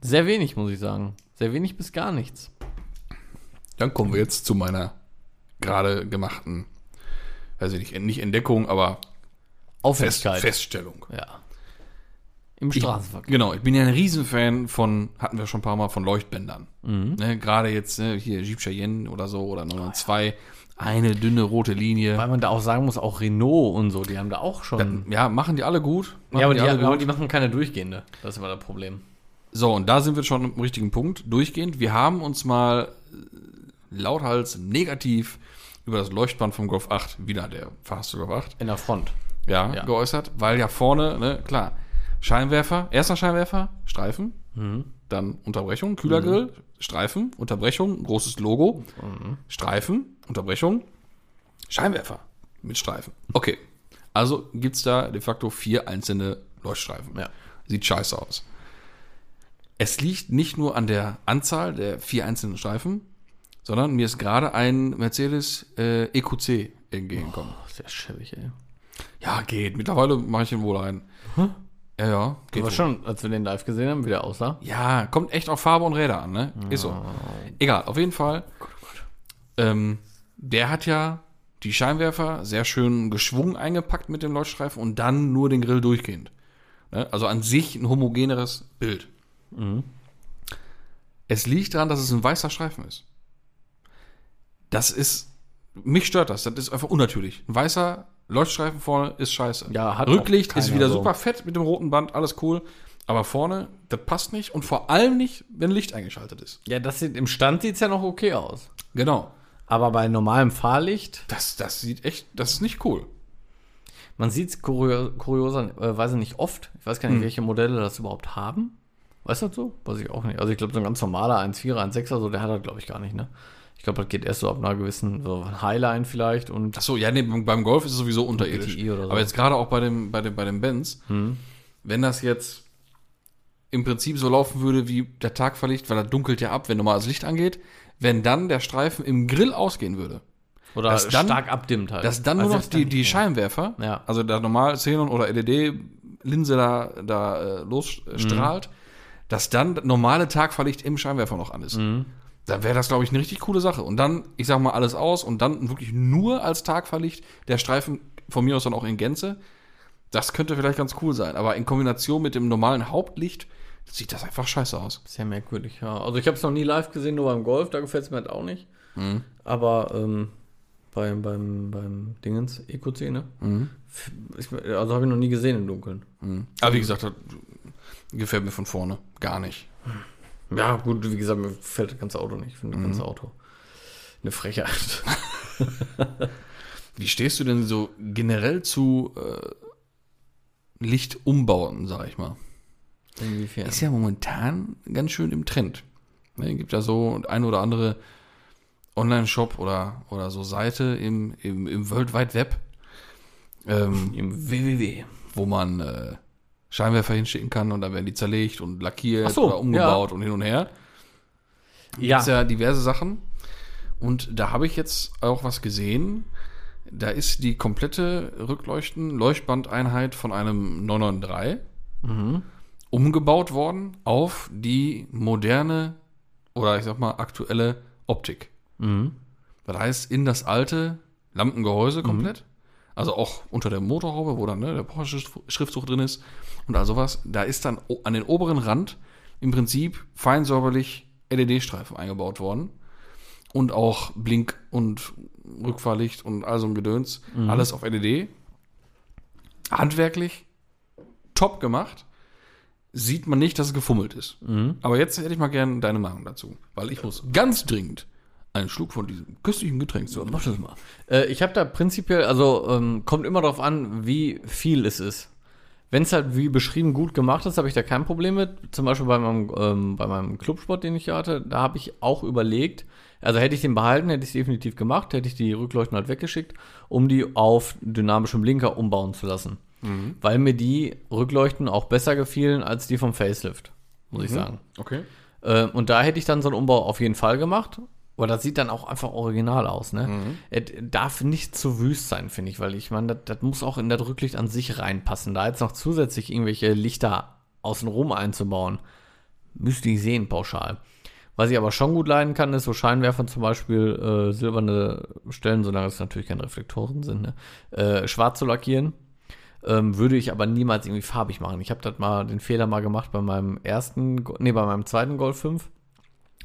B: sehr wenig, muss ich sagen. Sehr wenig bis gar nichts.
A: Dann kommen wir jetzt zu meiner gerade gemachten, weiß ich nicht, Ent- nicht Entdeckung, aber Fest,
B: Auffälligkeit.
A: Feststellung.
B: Ja. Im
A: Ich,
B: Straßenverkehr.
A: genau, ich bin ja ein Riesenfan von, hatten wir schon ein paar Mal, von Leuchtbändern.
B: Mhm.
A: Ne, gerade jetzt ne, hier Jeep Cheyenne oder so oder 992, eine dünne rote Linie.
B: Weil man da auch sagen muss, auch Renault und so, die haben da auch schon.
A: Ja, machen die alle gut. Machen
B: ja, aber die,
A: alle
B: aber die machen keine durchgehende. Das ist immer das Problem.
A: So, und da sind wir schon am richtigen Punkt. Durchgehend, wir haben uns mal äh, lauthals negativ über das Leuchtband vom Golf 8, wieder der Fahrstuhl Golf 8,
B: In der Front.
A: ja,
B: Ja.
A: geäußert, weil ja vorne, ne, klar, Scheinwerfer, erster Scheinwerfer, Streifen, dann Unterbrechung, Kühlergrill, Streifen, Unterbrechung, großes Logo, Streifen, Unterbrechung, Scheinwerfer mit Streifen. Okay, also gibt's da de facto vier einzelne Leuchtstreifen.
B: Ja.
A: Sieht scheiße aus. Es liegt nicht nur an der Anzahl der vier einzelnen Streifen, sondern mir ist gerade ein Mercedes äh, EQC entgegengekommen.
B: Ach, Oh, sehr schäbig, ey.
A: Ja, geht. Mittlerweile mache ich ihn wohl ein. Ja, ja. Geht wohl.
B: Aber schon, als wir den live gesehen haben, wie der aussah.
A: Ja, kommt echt auf Farbe und Räder an, ne? Ist so. Egal, auf jeden Fall. Ähm, der hat ja die Scheinwerfer sehr schön geschwungen eingepackt mit dem Leuchtstreifen und dann nur den Grill durchgehend. Ne? Also an sich ein homogeneres Bild. Es liegt daran, dass es ein weißer Streifen ist. Das ist, mich stört das, das ist einfach unnatürlich. Ein weißer Leuchtstreifen vorne ist scheiße.
B: Ja, hat
A: Rücklicht
B: auch
A: ist
B: keiner
A: wieder
B: so.
A: super fett mit dem roten Band, alles cool. Aber vorne, das passt nicht und vor allem nicht, wenn Licht eingeschaltet ist.
B: Ja, das sieht, im Stand sieht es ja noch okay aus.
A: Genau.
B: Aber bei normalem Fahrlicht,
A: Das, das sieht echt, das ist nicht cool.
B: man sieht es kurioserweise nicht oft. äh, Ich weiß gar nicht, welche Modelle das überhaupt haben. Weißt du das so? Weiß ich auch nicht. Also ich glaube, so ein ganz normaler 1,4er, 1,6er, so, der hat das, glaube ich, gar nicht, ne? Ich glaube, das geht erst so ab einer gewissen so Highline vielleicht und
A: Ach so, ja, nee, beim beim Golf ist es sowieso E unterirdisch.
B: GTI oder so.
A: Aber jetzt gerade auch bei dem, bei dem, bei dem Benz, wenn das jetzt im Prinzip so laufen würde, wie der Tag verlicht, weil er dunkelt ja ab, wenn normal das Licht angeht, wenn dann der Streifen im Grill ausgehen würde,
B: Oder
A: Dass dann-
B: stark abdimmt halt.
A: dass dann
B: Also
A: nur noch
B: selbst
A: die,
B: dann-
A: die Scheinwerfer,
B: Ja.
A: also der normal Xenon oder LED-Linse da, da äh,
B: Mhm.
A: losstrahlt, dass dann das normale Tagverlicht im Scheinwerfer noch an ist.
B: Mhm.
A: Dann wäre das, glaube ich, eine richtig coole Sache. Und dann, ich sag mal, alles aus und dann wirklich nur als Tagverlicht der Streifen von mir aus dann auch in Gänze. Das könnte vielleicht ganz cool sein, aber in Kombination mit dem normalen Hauptlicht sieht das einfach scheiße aus.
B: Sehr merkwürdig, ja. Also ich habe es noch nie live gesehen, nur beim Golf, da gefällt es mir halt auch nicht.
A: Mhm.
B: Aber ähm, beim, beim, beim Dingens, EQC, ne? F- Ist, mir- also habe ich noch nie gesehen im Dunkeln.
A: Mhm. Aber wie gesagt, das gefällt mir von vorne gar nicht.
B: Ja, gut, wie gesagt, mir gefällt das ganze Auto nicht. Ich finde
A: Mhm.
B: das ganze Auto eine Frechheit.
A: Wie stehst du denn so generell zu äh, Lichtumbauten, sag ich mal?
B: Inwiefern?
A: Ist ja momentan ganz schön im Trend. Ne, gibt ja so ein oder andere Online-Shop oder, oder so Seite im, im, im World Wide Web, ähm,
B: Im WWW.
A: wo man äh, Scheinwerfer hinschicken kann und dann werden die zerlegt und lackiert
B: Ach so,
A: oder umgebaut und hin und her.
B: Ja.
A: Gibt's ja diverse Sachen. Und da habe ich jetzt auch was gesehen. Da ist die komplette Rückleuchten, Leuchtbandeinheit von einem 993 umgebaut worden auf die moderne oder ich sag mal aktuelle Optik.
B: Mhm.
A: Das heißt, in das alte Lampengehäuse komplett, also auch unter der Motorhaube, wo dann ne, der Porsche-Schriftzug drin ist und all sowas, da ist dann o- an den oberen Rand im Prinzip fein säuberlich LED-Streifen eingebaut worden und auch Blink und Rückfahrlicht und all so ein Gedöns, alles auf LED. Handwerklich top gemacht. Sieht man nicht, dass es gefummelt ist. Aber jetzt hätte ich mal gerne deine Meinung dazu, weil ich muss ganz dringend einen Schluck von diesem köstlichen Getränk zu haben.
B: Mach das mal. Äh, ich habe da prinzipiell, also ähm, kommt immer darauf an, wie viel es ist. Wenn es halt wie beschrieben gut gemacht ist, habe ich da kein Problem mit. Zum Beispiel bei meinem, ähm, bei meinem Clubsport, den ich hier hatte, da habe ich auch überlegt, also hätte ich den behalten, hätte ich es definitiv gemacht, hätte ich die Rückleuchten halt weggeschickt, um die auf dynamischen Blinker umbauen zu lassen. Weil mir die Rückleuchten auch besser gefielen als die vom Facelift, muss ich sagen.
A: Okay.
B: Äh, und da hätte ich dann so einen Umbau auf jeden Fall gemacht. Aber das sieht dann auch einfach original aus, ne? Es darf nicht zu wüst sein, finde ich, weil ich meine, das, das muss auch in das Rücklicht an sich reinpassen. Da jetzt noch zusätzlich irgendwelche Lichter außenrum einzubauen, müsste ich sehen, pauschal. Was ich aber schon gut leiden kann, ist so Scheinwerfern zum Beispiel äh, silberne Stellen, solange es natürlich keine Reflektoren sind, ne? äh, schwarz zu lackieren. Ähm, würde ich aber niemals irgendwie farbig machen. Ich habe das mal den Fehler mal gemacht bei meinem ersten, Go- nee, bei meinem zweiten Golf 5,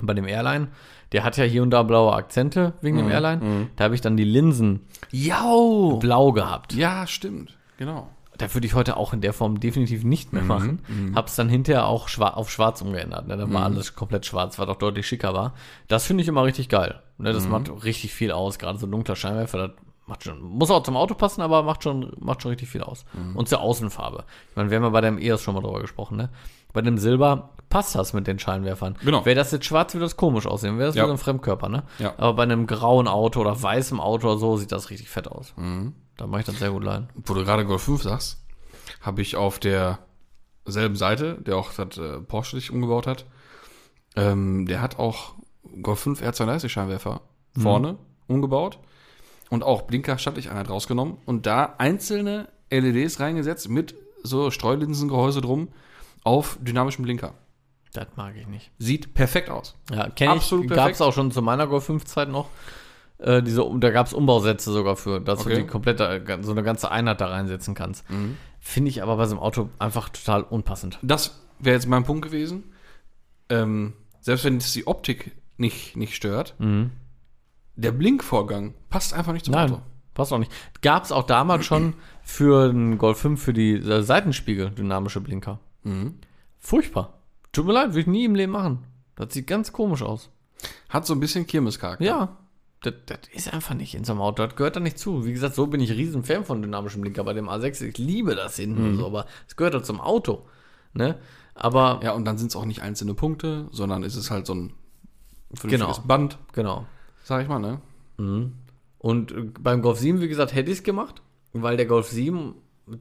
B: bei dem Airline. Der hat ja hier und da blaue Akzente wegen dem Airline. Da habe ich dann die Linsen
A: Jau!
B: blau gehabt.
A: Ja, stimmt. Genau.
B: Da würde ich heute auch in der Form definitiv nicht
A: Mhm,
B: mehr machen. Hab's dann hinterher auch schwa auf schwarz umgeändert. Ne? Dann war
A: Mhm.
B: alles komplett schwarz, was auch deutlich schicker war. Das finde ich immer richtig geil. Ne?
A: Mhm.
B: Das macht richtig viel aus. Gerade so ein dunkler Scheinwerfer, das macht schon, muss auch zum Auto passen, aber macht schon, macht schon richtig viel aus.
A: Mhm.
B: Und zur Außenfarbe. Ich meine, wir haben ja bei dem EOS schon mal drüber gesprochen. Ne? Bei dem Silber passt das mit den Scheinwerfern.
A: Genau.
B: Wäre das jetzt schwarz, würde das komisch aussehen. Wäre das
A: Ja.
B: wie so ein Fremdkörper. Ne?
A: Ja.
B: Aber bei einem grauen Auto oder weißem Auto oder so sieht das richtig fett aus.
A: Mhm.
B: Da mache ich das sehr gut leiden.
A: Wo du gerade Golf 5 sagst, habe ich auf derselben Seite, der auch das äh, Porsche sich umgebaut hat, ähm, der hat auch Golf 5 R32 Scheinwerfer vorne umgebaut und auch Blinker Stattlicheinheit rausgenommen und da einzelne LEDs reingesetzt mit so Streulinsengehäuse drum auf dynamischem Blinker.
B: Das mag ich nicht.
A: Sieht perfekt aus.
B: Ja, kenne
A: Absolut
B: ich. Gab
A: perfekt.
B: es auch schon zu meiner Golf 5 Zeit noch. Äh, diese, da gab es Umbausätze sogar für, dass
A: Okay. Mhm.
B: du die komplette, so eine ganze Einheit da reinsetzen kannst. Finde ich aber bei so einem Auto einfach total unpassend.
A: das wäre jetzt mein Punkt gewesen. Ähm, selbst wenn es die Optik nicht, nicht stört, der Blinkvorgang passt einfach nicht zum
B: Mhm. Nein,
A: Auto.
B: passt auch nicht. Gab es auch damals schon für den Golf 5 für die äh, Seitenspiegel dynamische Blinker.
A: Mhm.
B: Furchtbar. Tut mir leid, würde ich nie im Leben machen. Das sieht ganz komisch aus.
A: Hat so ein bisschen Kirmescharakter.
B: Ja, das, das ist einfach nicht in so einem Auto. Das gehört da nicht zu. Wie gesagt, so bin ich riesen Fan von dynamischem Blinker bei dem A6. Ich liebe das hinten
A: Mhm.
B: und so, aber es gehört halt zum Auto. Ne? Aber
A: Ja, und dann sind es auch nicht einzelne Punkte, sondern ist es halt so ein
B: Genau.
A: Band,
B: genau.
A: sag ich mal, ne?
B: Und äh, beim Golf 7, wie gesagt, hätte ich es gemacht, weil der Golf 7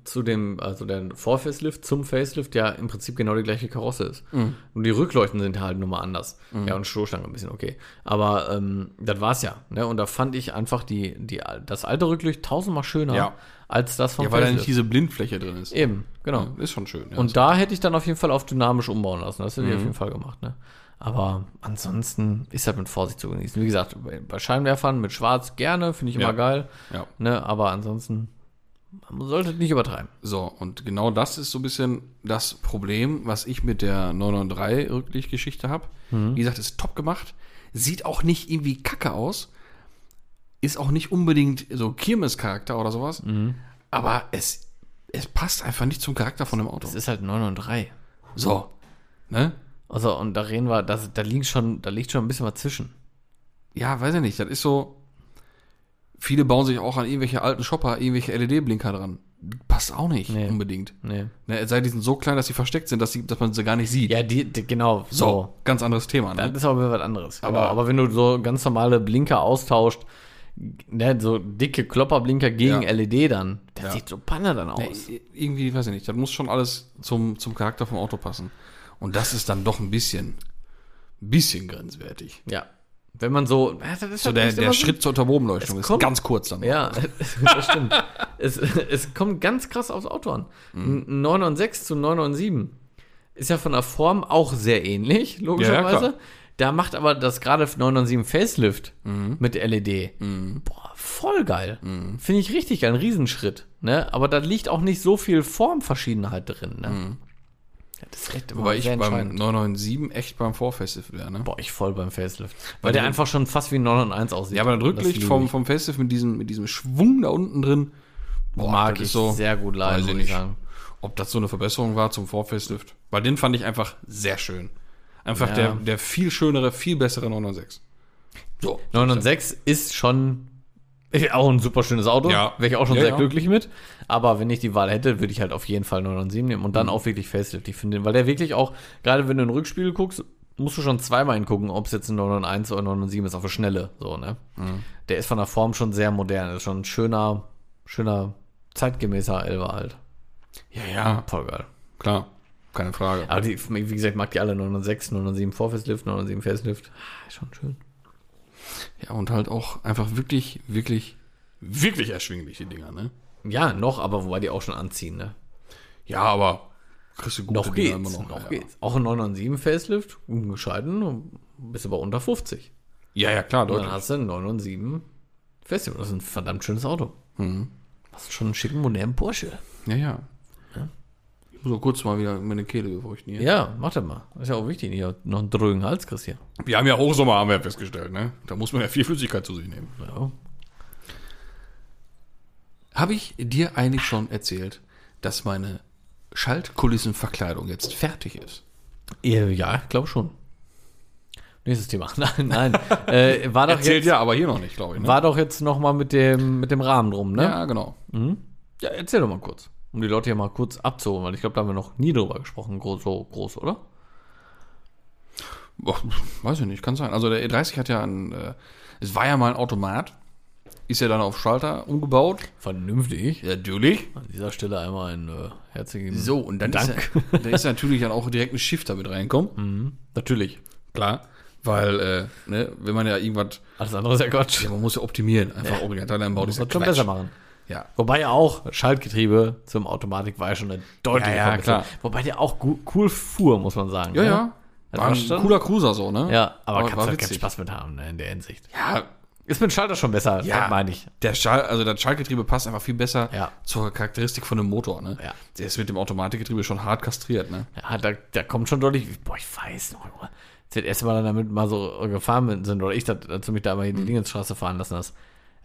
B: zu dem, also der Vor-Facelift zum Facelift ja im Prinzip genau die gleiche Karosse ist.
A: Mhm.
B: Nur die Rückleuchten sind halt nur mal anders. Ja, und Stoßstange ein bisschen, okay. Aber ähm, das war's ja. Ne? Und da fand ich einfach die, die, al- das alte Rücklicht tausendmal schöner
A: Ja.
B: als das vom
A: Ja, weil da nicht diese Blindfläche drin ist.
B: Eben, genau.
A: Ist schon schön. Ja.
B: Und da hätte ich dann auf jeden Fall auf dynamisch umbauen lassen. Das hätte
A: Mhm.
B: ich auf jeden Fall gemacht. Ne? Aber ansonsten ist das mit Vorsicht zu genießen. Wie gesagt, bei- bei Scheinwerfern mit Schwarz gerne, finde ich immer
A: Ja.
B: geil.
A: ja.
B: Ne? Aber ansonsten Man sollte es nicht übertreiben.
A: So, und genau das ist so ein bisschen das Problem, was ich mit der 993-Rücklichtgeschichte habe. Wie gesagt, ist top gemacht. Sieht auch nicht irgendwie kacke aus. Ist auch nicht unbedingt so Kirmes-Charakter oder sowas. Aber es, es passt einfach nicht zum Charakter von dem Auto.
B: Es ist halt 9 und 3.
A: So. Ne?
B: Also, und da reden wir, das, da, liegt schon, da liegt schon ein bisschen was zwischen.
A: Ja, weiß ich nicht. Das ist so. Viele bauen sich auch an irgendwelche alten Shopper irgendwelche LED-Blinker dran. Passt auch nicht
B: Nee.
A: unbedingt.
B: Nee.
A: Ne, es sei denn, die sind so klein, dass sie versteckt sind, dass, sie, dass man sie gar nicht sieht.
B: Ja, die, die, genau.
A: So, ganz anderes Thema.
B: Das
A: Ne?
B: ist aber was anderes. Aber,
A: Aber-
B: aber wenn du so ganz normale Blinker austauscht, ne, so dicke Klopperblinker gegen
A: Ja.
B: LED dann, das
A: Ja.
B: sieht so panne dann
A: Ne,
B: aus.
A: irgendwie, weiß ich nicht. Das muss schon alles zum, zum Charakter vom Auto passen. Und das ist dann doch ein bisschen, bisschen grenzwertig.
B: Ja. Wenn man so, ja, das ist
A: So
B: halt
A: der,
B: echt
A: der
B: immer so-
A: Schritt zur Unterbodenleuchtung
B: Es
A: ist
B: kommt-
A: ganz kurz dann.
B: Ja, das stimmt. es, es kommt ganz krass aufs Auto an. Ein 9 und 6 zu 9 und 7 ist ja von der Form auch sehr ähnlich, logischerweise.
A: klar.
B: da macht aber das gerade 9 und 7 Facelift mit LED. Boah, voll geil. Finde ich richtig geil, ein Riesenschritt. Ne? Aber da liegt auch nicht so viel Formverschiedenheit drin. Ne? Ja, Das ist echt immer
A: Wobei ich
B: sehr
A: beim
B: entscheidend.
A: 997 echt beim Vorfestival wäre. Ne?
B: Boah, ich voll beim Facelift. Weil,
A: Weil
B: der
A: du-
B: einfach schon fast wie ein 9 und 1 aussieht.
A: Ja, aber das Rücklicht
B: liebe
A: vom,
B: ich.
A: vom Festival mit diesem, mit diesem Schwung da unten drin boah,
B: mag
A: das
B: ich
A: ist so-
B: sehr gut leiden,
A: weiß ich
B: muss ich
A: nicht.
B: sagen.
A: Ob das so eine Verbesserung war zum Vorfacelift? Weil den fand ich einfach sehr schön. Einfach
B: Ja.
A: der, der viel schönere, viel bessere 996. So.
B: 9 und 6 ist schon ist auch ein super schönes Auto.
A: Ja.
B: Wäre ich auch schon
A: Ja,
B: sehr
A: ja.
B: glücklich mit. Aber wenn ich die Wahl hätte, würde ich halt auf jeden Fall 9 und 7 nehmen und
A: Mhm.
B: dann auch wirklich Facelift. Ich finde, weil der wirklich auch, gerade wenn du in den Rückspiegel guckst, musst du schon zweimal hingucken, ob es jetzt ein 9 und 1 oder 9 und 7 ist auf der Schnelle. So, ne?
A: Mhm.
B: Der ist von der Form schon sehr modern. Ist schon ein schöner, schöner, zeitgemäßer Elber halt.
A: Ja, ja,
B: Voll geil.
A: klar. Keine Frage.
B: Aber die, wie gesagt, mag die alle 9 und 6, 9 und 7 Vorfacelift, 9 und 7 Facelift. Ah, ist schon schön.
A: Ja, und halt auch einfach wirklich, wirklich, wirklich erschwingliche Dinger, ne?
B: Ja, noch, aber wobei die auch schon anziehen, ne?
A: Ja, aber kriegst du gute
B: Noch
A: Dinger
B: geht's,
A: immer
B: noch,
A: noch. ja,
B: geht's. Auch ein 9 und 7 Facelift, ungescheiden, bist aber unter 50.
A: Ja, ja, also- klar,
B: Und dann
A: deutlich.
B: hast du ein 9 und 7 Facelift. Das ist ein verdammt schönes Auto. Hast du schon einen schicken, modernen Porsche.
A: Ja, ja. Ich muss auch kurz mal wieder meine Kehle befeuchten hier.
B: Ja, mach das mal. Ist ja auch wichtig, nicht noch einen drögen Hals kriegst hier.
A: Wir haben ja Hochsommer, haben wir ja festgestellt, ne? Da muss man ja viel Flüssigkeit zu sich nehmen.
B: Ja.
A: Habe ich dir eigentlich schon erzählt, dass meine Schaltkulissenverkleidung jetzt fertig ist?
B: Äh, Ja, ich glaube schon. Nächstes Thema. Nein, nein. äh, war, doch
A: Erzählt
B: jetzt,
A: ja, aber hier noch nicht, glaube ich. Ne?
B: war doch jetzt noch mal mit dem, mit dem Rahmen drum, ne?
A: ja, genau.
B: Ja, erzähl doch mal kurz. Um die Leute hier mal kurz abzuholen, weil ich glaube, da haben wir noch nie drüber gesprochen, groß, so groß, oder?
A: Boah, weiß ich nicht, kann sein. Also der E30 hat ja ein, äh, es war ja mal ein Automat, ist ja dann auf Schalter umgebaut.
B: Vernünftig.
A: Ja, natürlich.
B: An dieser Stelle einmal ein äh, herzlichen
A: So, und dann
B: Dank.
A: ist ja, dann ist natürlich dann auch direkt ein Shifter mit reinkommen.
B: Natürlich.
A: Hm, Klar. Weil, äh, ne, wenn man ja irgendwas,
B: Alles andere ist ja Quatsch.
A: ja, man muss ja optimieren, einfach ja. Originalteilanbau, Genau, das ist ja
B: wird schon
A: Quatsch.
B: besser machen.
A: Ja.
B: Wobei ja auch Schaltgetriebe zum Automatik war ja schon eine deutliche
A: Ja, ja,
B: Verbesserung.
A: klar.
B: Wobei der auch gu- cool fuhr, muss man sagen.
A: Ja,
B: ne?
A: ja.
B: Das
A: War
B: war
A: ein
B: schon-
A: cooler Cruiser so, ne?
B: Ja, aber
A: War-
B: kannst
A: war
B: du halt keinen
A: witzig.
B: Spaß mit haben, ne, in der Hinsicht.
A: Ja,
B: Ist mit dem Schalter schon besser,
A: Ja.
B: das meine ich.
A: Der Schall, also das Schaltgetriebe passt einfach viel besser
B: Ja.
A: zur Charakteristik von dem Motor. Ne?
B: Ja.
A: Der ist mit dem Automatikgetriebe schon hart kastriert. Ne?
B: Ja, da, da kommt schon deutlich, boah, ich weiß noch, Junge. als wir das erste Mal dann damit mal so gefahren sind, oder ich, dat- als du mich da mal
A: Mhm.
B: in die Dingensstraße fahren lassen hast,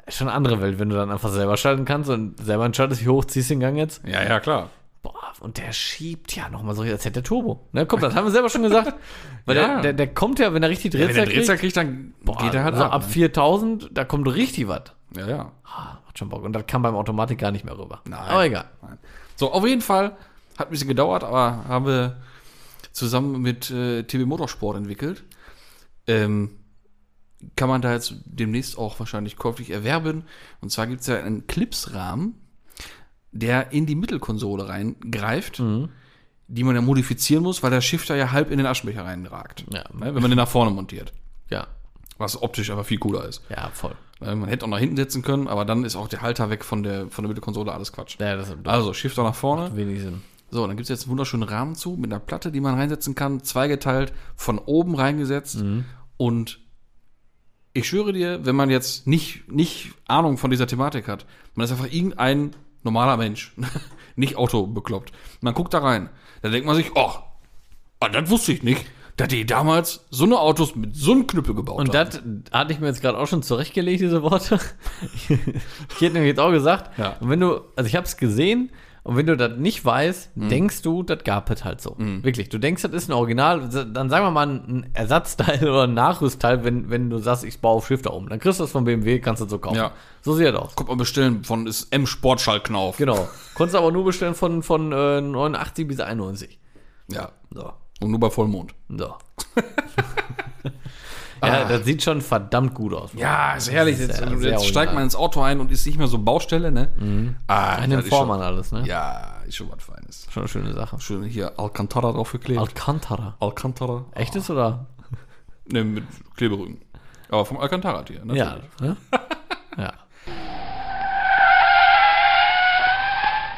B: ist schon eine andere Welt, wenn du dann einfach selber schalten kannst und selber entscheidest, wie hoch ziehst du den Gang jetzt.
A: Ja, ja, klar.
B: Boah, und der schiebt ja nochmal so, als hätte der Turbo. Ne, komm, das haben wir selber schon gesagt. Weil
A: Ja.
B: der, der, der kommt ja, wenn er richtig
A: Wenn
B: Drehzahl
A: der
B: kriegt,
A: Drehzahl kriegt, dann
B: boah,
A: geht er halt
B: so
A: ab.
B: ab 4000, da kommt richtig was.
A: ne? Ja, ja.
B: Ah, macht schon Bock. Und das kann beim Automatik gar nicht mehr rüber.
A: Nein.
B: Aber egal.
A: So, auf jeden Fall hat ein bisschen gedauert, aber haben wir zusammen mit äh, TB Motorsport entwickelt. Ähm, kann man da jetzt demnächst auch wahrscheinlich käuflich erwerben. Und zwar gibt es ja einen Clipsrahmen, der in die Mittelkonsole reingreift,
B: Mhm.
A: die man ja modifizieren muss, weil der Shifter ja halb in den Aschenbecher reinragt.
B: Ja.
A: Ne, wenn man den nach vorne montiert.
B: Ja,
A: Was optisch einfach viel cooler ist.
B: ja, voll.
A: Ne, Man hätte auch nach hinten setzen können, aber dann ist auch der Halter weg von der, von der Mittelkonsole, alles Quatsch.
B: Ja, das hat
A: Also, Shifter nach vorne.
B: wenig Sinn.
A: So, dann gibt's jetzt einen wunderschönen Rahmen zu, mit einer Platte, die man reinsetzen kann, zweigeteilt, von oben reingesetzt. Und ich schwöre dir, wenn man jetzt nicht, nicht Ahnung von dieser Thematik hat, man ist einfach irgendein normaler Mensch, nicht Auto bekloppt. Man guckt da rein, da denkt man sich, oh, ah, das wusste ich nicht, dass die damals so eine Autos mit so einem Knüppel gebaut
B: Und
A: haben.
B: das hatte ich mir jetzt gerade auch schon zurechtgelegt, diese Worte. ich hätte nämlich jetzt auch gesagt,
A: Ja.
B: und wenn du, also ich habe es gesehen, und wenn du das nicht weißt,
A: Mhm.
B: denkst du, das gab es halt so. Wirklich, du denkst, das ist ein Original, dann sagen wir mal ein Ersatzteil oder ein Nachrüstteil, wenn, wenn du sagst, ich baue auf Schiff da oben. Dann kriegst du das von BMW, kannst du das so kaufen.
A: Ja.
B: So sieht das aus.
A: Kommt man bestellen von ist M Sportschallknauf.
B: Genau. Konntest aber nur bestellen von, von äh, 89 bis 91.
A: Ja.
B: So.
A: Und nur bei Vollmond.
B: So. ja, das sieht schon verdammt gut aus.
A: Ah. Ja, ist herrlich.
B: Das ist
A: Jetzt,
B: ja sehr
A: jetzt steigt
B: original.
A: man ins Auto ein und ist nicht mehr so Baustelle, ne? Ah,
B: Einen
A: das ist schon,
B: Vormann alles, ne?
A: Ja, ist schon was Feines.
B: Schon eine schöne Sache.
A: Schön hier Alcantara draufgeklebt.
B: Alcantara.
A: Alcantara.
B: Echtes oder?
A: Ne, mit Kleberücken. Aber vom Alcantara-Tier, ne?
B: Ja. Ne? ja.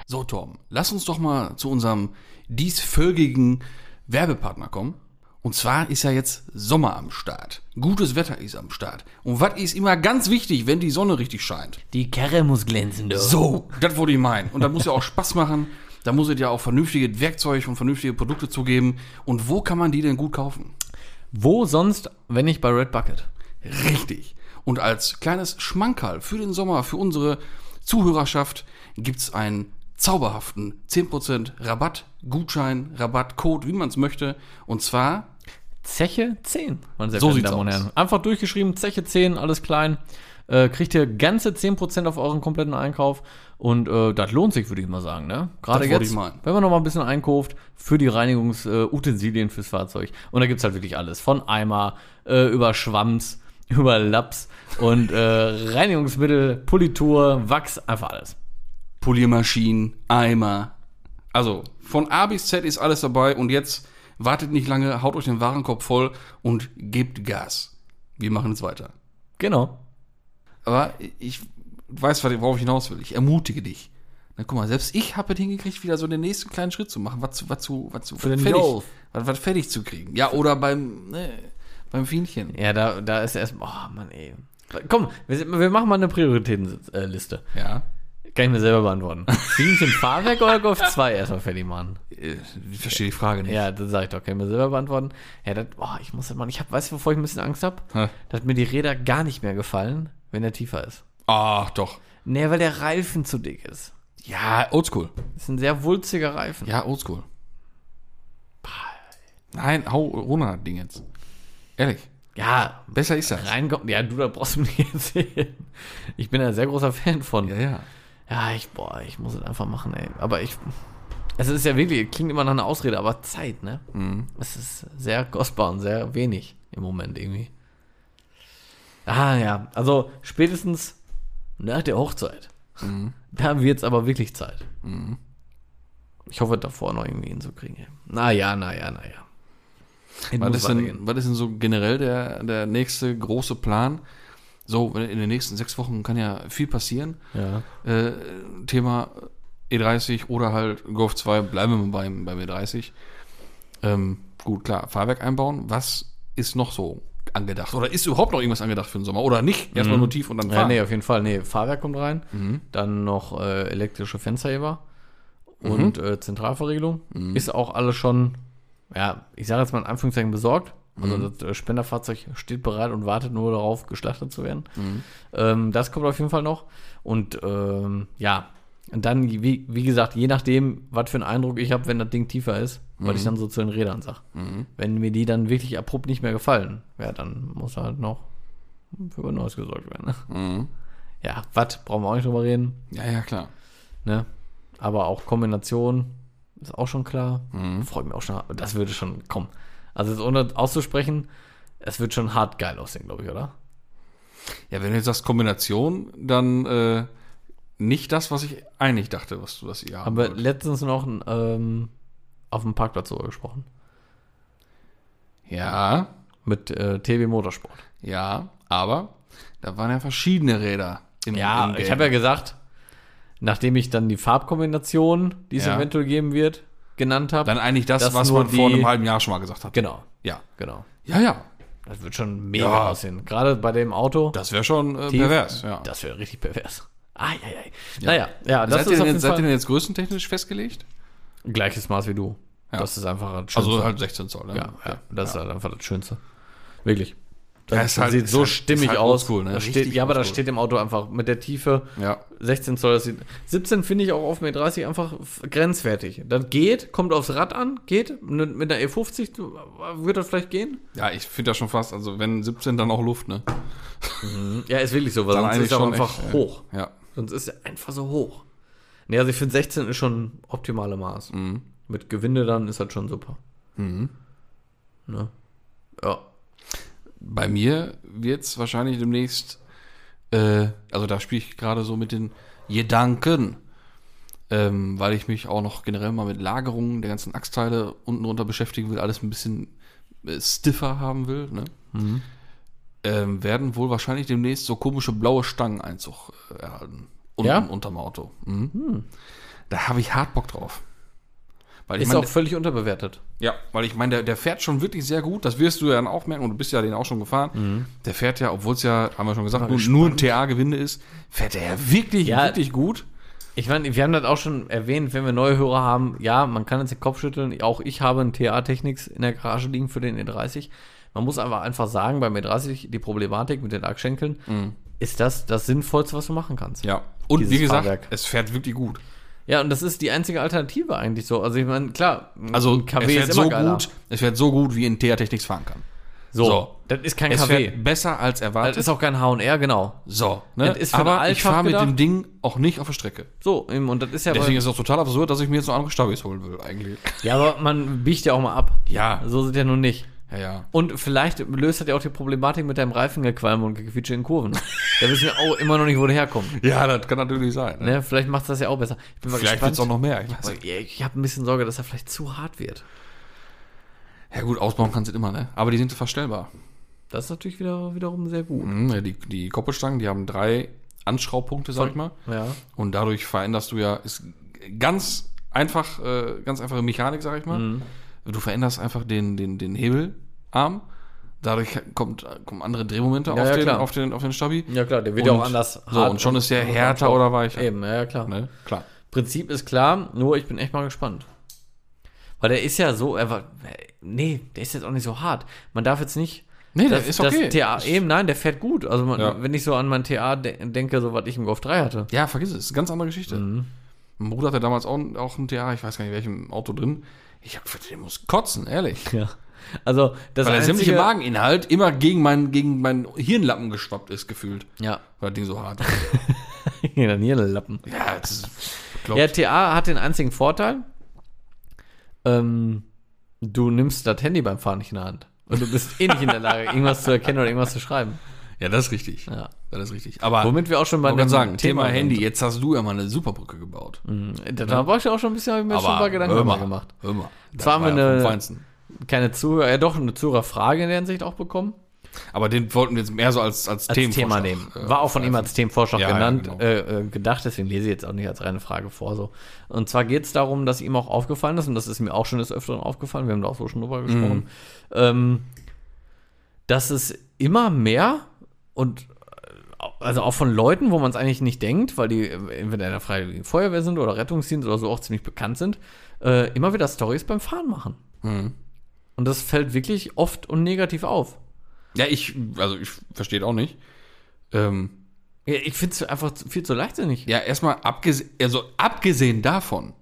A: So, Tom, lass uns doch mal zu unserem diesvölkigen Werbepartner kommen. Und zwar ist ja jetzt Sommer am Start. Gutes Wetter ist am Start. Und was ist immer ganz wichtig, wenn die Sonne richtig scheint?
B: Die Kerre muss glänzen, du.
A: So, das wollte ich meinen. Und da muss ja auch Spaß machen. Da muss es ja auch vernünftige Werkzeug und vernünftige Produkte zugeben. Und wo kann man die denn gut kaufen?
B: Wo sonst, wenn nicht bei Red Bucket?
A: Richtig. Und als kleines Schmankerl für den Sommer, für unsere Zuhörerschaft, gibt's einen zauberhaften 10% Rabatt, Gutschein, Rabatt, Code, wie man es möchte. Und zwar,
B: Zeche 10, meine sehr
A: So
B: verehrten
A: sieht's
B: Damen und
A: aus.
B: Herren. Einfach durchgeschrieben, Zeche 10, alles klein. Äh, kriegt ihr ganze 10% auf euren kompletten Einkauf. Und äh, das lohnt sich, würde ich mal sagen. Ne? Gerade
A: Das wollte
B: jetzt,
A: ich meinen.
B: wenn man noch mal ein bisschen einkauft für die Reinigungsutensilien äh, Utensilien fürs Fahrzeug. Und da gibt es halt wirklich alles. Von Eimer äh, über Schwamms, über Laps und äh, Reinigungsmittel, Politur, Wachs, einfach alles.
A: Poliermaschinen, Eimer. Also von A bis Z ist alles dabei. Und jetzt wartet nicht lange, haut euch den Warenkorb voll und gebt Gas. Wir machen es weiter.
B: Genau.
A: Aber ich weiß, worauf ich hinaus will. Ich ermutige dich. Na guck mal, selbst ich habe es hingekriegt, wieder so den nächsten kleinen Schritt zu machen, was zu, was zu, was zu
B: Für den
A: fertig,
B: Golf.
A: was, was fertig zu kriegen. Ja, oder beim, ne, beim Fienchen.
B: Ja, da, da ist erst. Oh, Mann, ey. Komm, wir, wir machen mal eine Prioritätenliste.
A: Ja.
B: Kann ich mir selber beantworten. Fliegen im Fahrwerk oder Golf 2 erstmal fertig machen?
A: Äh, Ich verstehe die Frage nicht.
B: Ja, das sag ich doch. Kann ich mir selber beantworten. Ja, das, boah, ich muss das machen. Ich hab, weißt du, wovor ich ein bisschen Angst hab?
A: Hä?
B: Dass mir die Räder gar nicht mehr gefallen, wenn der tiefer ist.
A: Ach, doch.
B: Nee, weil der Reifen zu dick ist.
A: Ja, oldschool.
B: Das ist ein sehr wulziger Reifen.
A: Ja, oldschool. Nein, hau runter das Ding jetzt. Ehrlich,
B: Ja,
A: besser ist das.
B: reinkommt. Ja, du, da brauchst du mir nicht erzählen. Ich bin ein sehr großer Fan von.
A: Ja, ja.
B: Ja, ich, boah, ich muss es einfach machen, ey. Aber ich. Es ist ja wirklich, klingt immer nach einer Ausrede, aber Zeit, ne? Es ist sehr kostbar und sehr wenig im Moment irgendwie. Ah ja, also spätestens nach der Hochzeit. Da wird es aber wirklich Zeit. Ich hoffe, davor noch irgendwie hinzukriegen. ey. Naja, naja, naja. Es
A: Was
B: muss
A: ist, denn,
B: weitergehen.
A: was ist denn so generell der, der nächste große Plan? So, in den nächsten sechs Wochen kann ja viel passieren.
B: Ja.
A: äh, Thema E30 oder halt Golf 2, bleiben wir beim, beim E30. Ähm, gut, klar, Fahrwerk einbauen. Was ist noch so angedacht? Oder ist überhaupt noch irgendwas angedacht für den Sommer? Oder nicht? Erstmal nur tief und dann
B: Mhm. Ja,
A: fahren.
B: nee, auf jeden Fall. Nee, Fahrwerk kommt rein. Dann noch äh, elektrische Fensterheber und äh, Zentralverriegelung. Ist auch alles schon, ja, ich sage jetzt mal in Anführungszeichen besorgt. Also das äh, Spenderfahrzeug steht bereit und wartet nur darauf, geschlachtet zu werden. Ähm, das kommt auf jeden Fall noch. Und ähm, ja, und dann, wie, wie gesagt, je nachdem, was für einen Eindruck ich habe, wenn das Ding tiefer ist, was ich dann so zu den Rädern sage. Wenn mir die dann wirklich abrupt nicht mehr gefallen, ja, dann muss halt noch für was Neues gesorgt werden. Ne? Ja, Watt brauchen wir auch nicht drüber reden.
A: Ja, ja, klar.
B: Ne? Aber auch Kombination ist auch schon klar.
A: Mhm.
B: Freut mich auch schon. Das würde schon kommen. Also jetzt ohne auszusprechen, es wird schon hart geil aussehen, glaube ich, oder?
A: Ja, wenn du jetzt sagst Kombination, dann äh, nicht das, was ich eigentlich dachte, was du das ihr haben
B: Haben wir
A: wollt.
B: letztens noch ähm, auf dem Parkplatz darüber gesprochen.
A: Ja,
B: Mit äh, TB Motorsport.
A: ja, aber da waren ja verschiedene Räder im,
B: Ja,
A: im
B: ich
A: Game.
B: habe ja gesagt, nachdem ich dann die Farbkombination, die es
A: Ja.
B: eventuell geben wird, genannt habe.
A: dann eigentlich das,
B: Das
A: was
B: nur
A: man vor
B: die-
A: einem halben Jahr schon mal gesagt hat.
B: Genau,
A: Ja,
B: genau.
A: ja, ja.
B: Das wird schon mega
A: Ja.
B: aussehen. Gerade bei dem Auto.
A: Das wäre schon äh,
B: Tief.
A: pervers, ja.
B: Das wäre richtig pervers. Ah, ja, ja. Naja, ja,
A: seid
B: das ist
A: ihr,
B: auf
A: denn
B: jeden
A: jetzt, seid ihr
B: Fall
A: denn jetzt größentechnisch festgelegt?
B: gleiches Maß wie du.
A: Ja.
B: Das ist einfach das Schönste.
A: Also halt 16 Zoll, ne?
B: ja, ja, das ist halt einfach das Schönste. Wirklich.
A: Ja,
B: Das
A: ist halt-
B: sieht
A: ist
B: so
A: halt-
B: stimmig
A: ist halt
B: aus.
A: oldschool, ne?
B: das steht,
A: Richtig
B: ja, aber das
A: oldschool.
B: steht im Auto einfach mit der Tiefe.
A: Ja.
B: 16 Zoll, das sieht. 17 finde ich auch auf 1,30 einfach f- grenzwertig. Das geht, kommt aufs Rad an, geht. Mit mit einer E50 wird das vielleicht gehen.
A: Ja, ich finde das schon fast, also wenn 17, dann auch Luft, ne? Hm.
B: Ja, ist wirklich so, weil sonst ist er einfach
A: echt, äh,
B: hoch.
A: Ja.
B: Sonst ist er einfach so hoch. Nee, also ich finde 16 ist schon optimale Maß.
A: mhm.
B: Mit Gewinde dann ist das schon super. Ne? Ja.
A: Bei mir wird's wahrscheinlich demnächst, äh, also da spiele ich gerade so mit den Gedanken, ähm, weil ich mich auch noch generell mal mit Lagerungen der ganzen Achsteile unten runter beschäftigen will, alles ein bisschen äh, stiffer haben will, ne?
B: Mhm.
A: Ähm, werden wohl wahrscheinlich demnächst so komische blaue Stangen Einzug äh, erhalten. Unten
B: Ja? Hm.
A: unterm Auto. Mhm. Da habe ich hart Bock drauf. Weil ich
B: Ist
A: mein,
B: auch völlig unterbewertet.
A: ja, weil ich meine, der, der fährt schon wirklich sehr gut. Das wirst du ja dann auch merken und du bist ja den auch schon gefahren.
B: Mhm.
A: Der fährt ja, obwohl es ja, haben wir schon gesagt, nur, nur ein TA-Gewinde ist, fährt er ja wirklich,
B: Ja.
A: wirklich gut.
B: Ich meine, wir haben das auch schon erwähnt, wenn wir neue Hörer haben. Ja, man kann jetzt den Kopf schütteln. Auch ich habe einen TA-Technics in der Garage liegen für den E30. Man muss einfach einfach sagen, beim E30 die Problematik mit den Achschenkeln, ist das das Sinnvollste, was du machen kannst.
A: Ja. Und
B: Dieses
A: wie gesagt,
B: Fahrwerk.
A: es fährt wirklich gut.
B: Ja, und das ist die einzige Alternative eigentlich so. Also ich meine, klar,
A: Also
B: ein KW
A: es fährt
B: ist immer
A: so
B: geiler.
A: gut, es fährt so gut, wie ein TA-Technics fahren kann.
B: So,
A: So.
B: das ist kein
A: Es
B: KW.
A: fährt besser als
B: Das
A: erwartet.
B: ist auch kein H&R, genau.
A: so, ne?
B: das ist für den
A: Aber
B: Alltag
A: ich fahre mit
B: gedacht.
A: dem Ding auch nicht auf der Strecke.
B: So, eben, und das ist ja...
A: Deswegen ist es auch total absurd, dass ich mir jetzt noch andere Stabis holen will, eigentlich.
B: ja, aber man biegt ja auch mal ab.
A: Ja.
B: So sind ja nun nicht.
A: Ja, ja.
B: Und vielleicht löst das ja auch die Problematik mit deinem Reifengequalm und Gequietsche in Kurven. da wissen wir auch immer noch nicht, wo du herkommst.
A: Ja, das kann natürlich sein. Ne?
B: Ne? Vielleicht macht das ja auch besser. Ich bin mal
A: Vielleicht wird
B: gespannt.
A: es auch noch mehr. Ich weiß nicht.
B: Aber Ich habe ein bisschen Sorge, dass er vielleicht zu hart wird.
A: Ja gut, ausbauen kannst du immer, ne? Aber die sind verstellbar.
B: Das ist natürlich wieder, wiederum sehr gut. ne?
A: Mhm, ja, die, die Koppelstangen, die haben drei Anschraubpunkte, sag ich mal.
B: Ja.
A: Und dadurch veränderst du ja, ist ganz einfach, äh, ganz einfache Mechanik, sag ich mal.
B: Mhm.
A: Du veränderst einfach den, den, den Hebelarm. Dadurch kommt, kommen andere Drehmomente auf,
B: ja,
A: den,
B: klar.
A: auf, den, auf den Stabi.
B: Ja klar, der wird
A: Und
B: ja auch anders
A: So, und schon ist der härter oder weicher.
B: Eben, ja ja, klar.
A: Ne? Klar.
B: Prinzip ist klar, nur ich bin echt mal gespannt. Weil der ist ja so, er war, nee, der ist jetzt auch nicht so hart. Man darf jetzt nicht.
A: Nee,
B: das,
A: das ist okay.
B: Das TA, eben, nein, der fährt gut. Also man,
A: Ja.
B: wenn ich so an mein TA de denke, so was ich im Golf 3 hatte.
A: Ja, vergiss es. Ist eine ganz andere Geschichte.
B: Mhm.
A: Mein Bruder hatte damals auch, auch ein TA, ich weiß gar nicht, welchem Auto drin. Ich hab gedacht, der muss kotzen, ehrlich.
B: Ja. Also das
A: Weil der sämtliche
B: einzige,
A: Mageninhalt immer gegen meinen, gegen meinen Hirnlappen geschwappt ist, gefühlt.
B: Ja,
A: Weil das Ding so hart.
B: dann hier Lappen.
A: ja, das ist
B: Ja,
A: bekloppt.
B: TA hat den einzigen Vorteil, ähm, du nimmst das Handy beim Fahren nicht in der Hand. Und du bist eh nicht in der Lage, irgendwas zu erkennen oder irgendwas zu schreiben.
A: Ja, das ist richtig.
B: Ja.
A: Das ist richtig. Aber Womit
B: Womit wir auch schon bei
A: man kann
B: dem
A: sagen, Thema,
B: sind.
A: Handy, jetzt hast du ja mal eine Superbrücke gebaut.
B: Da, da war ich auch schon ein bisschen, hab ich mir schon mal Gedanken drüber gemacht.
A: Hör mal. Das
B: Zwar haben
A: war
B: wir
A: ja
B: eine-
A: vom Feinsten.
B: Keine Zuhörer, ja doch, eine Zuhörerfrage in der Hinsicht auch bekommen.
A: Aber den wollten wir jetzt mehr so als, als,
B: Als Thema
A: Themenvorschlag,
B: nehmen.
A: äh,
B: War auch von ihm als Themenvorschlag
A: Ja, ja,
B: genannt,
A: genau.
B: äh, äh, gedacht, deswegen lese ich jetzt auch nicht als reine Frage vor. So. Und zwar geht es darum, dass ihm auch aufgefallen ist, und das ist mir auch schon des Öfteren aufgefallen, wir haben da auch so schon
A: Mhm.
B: drüber gesprochen, ähm, dass es immer mehr und äh, also auch von Leuten, wo man es eigentlich nicht denkt, weil die äh, entweder in der Freiwilligen Feuerwehr sind oder Rettungsdienst oder so auch ziemlich bekannt sind, äh, immer wieder Stories beim Fahren machen.
A: Mhm.
B: Und das fällt wirklich oft und negativ auf.
A: Ja, ich, also ich verstehe auch nicht. Ähm,
B: Ja, ich finde es einfach zu- viel zu leichtsinnig.
A: Ja, erstmal abgesehen, also abgesehen davon,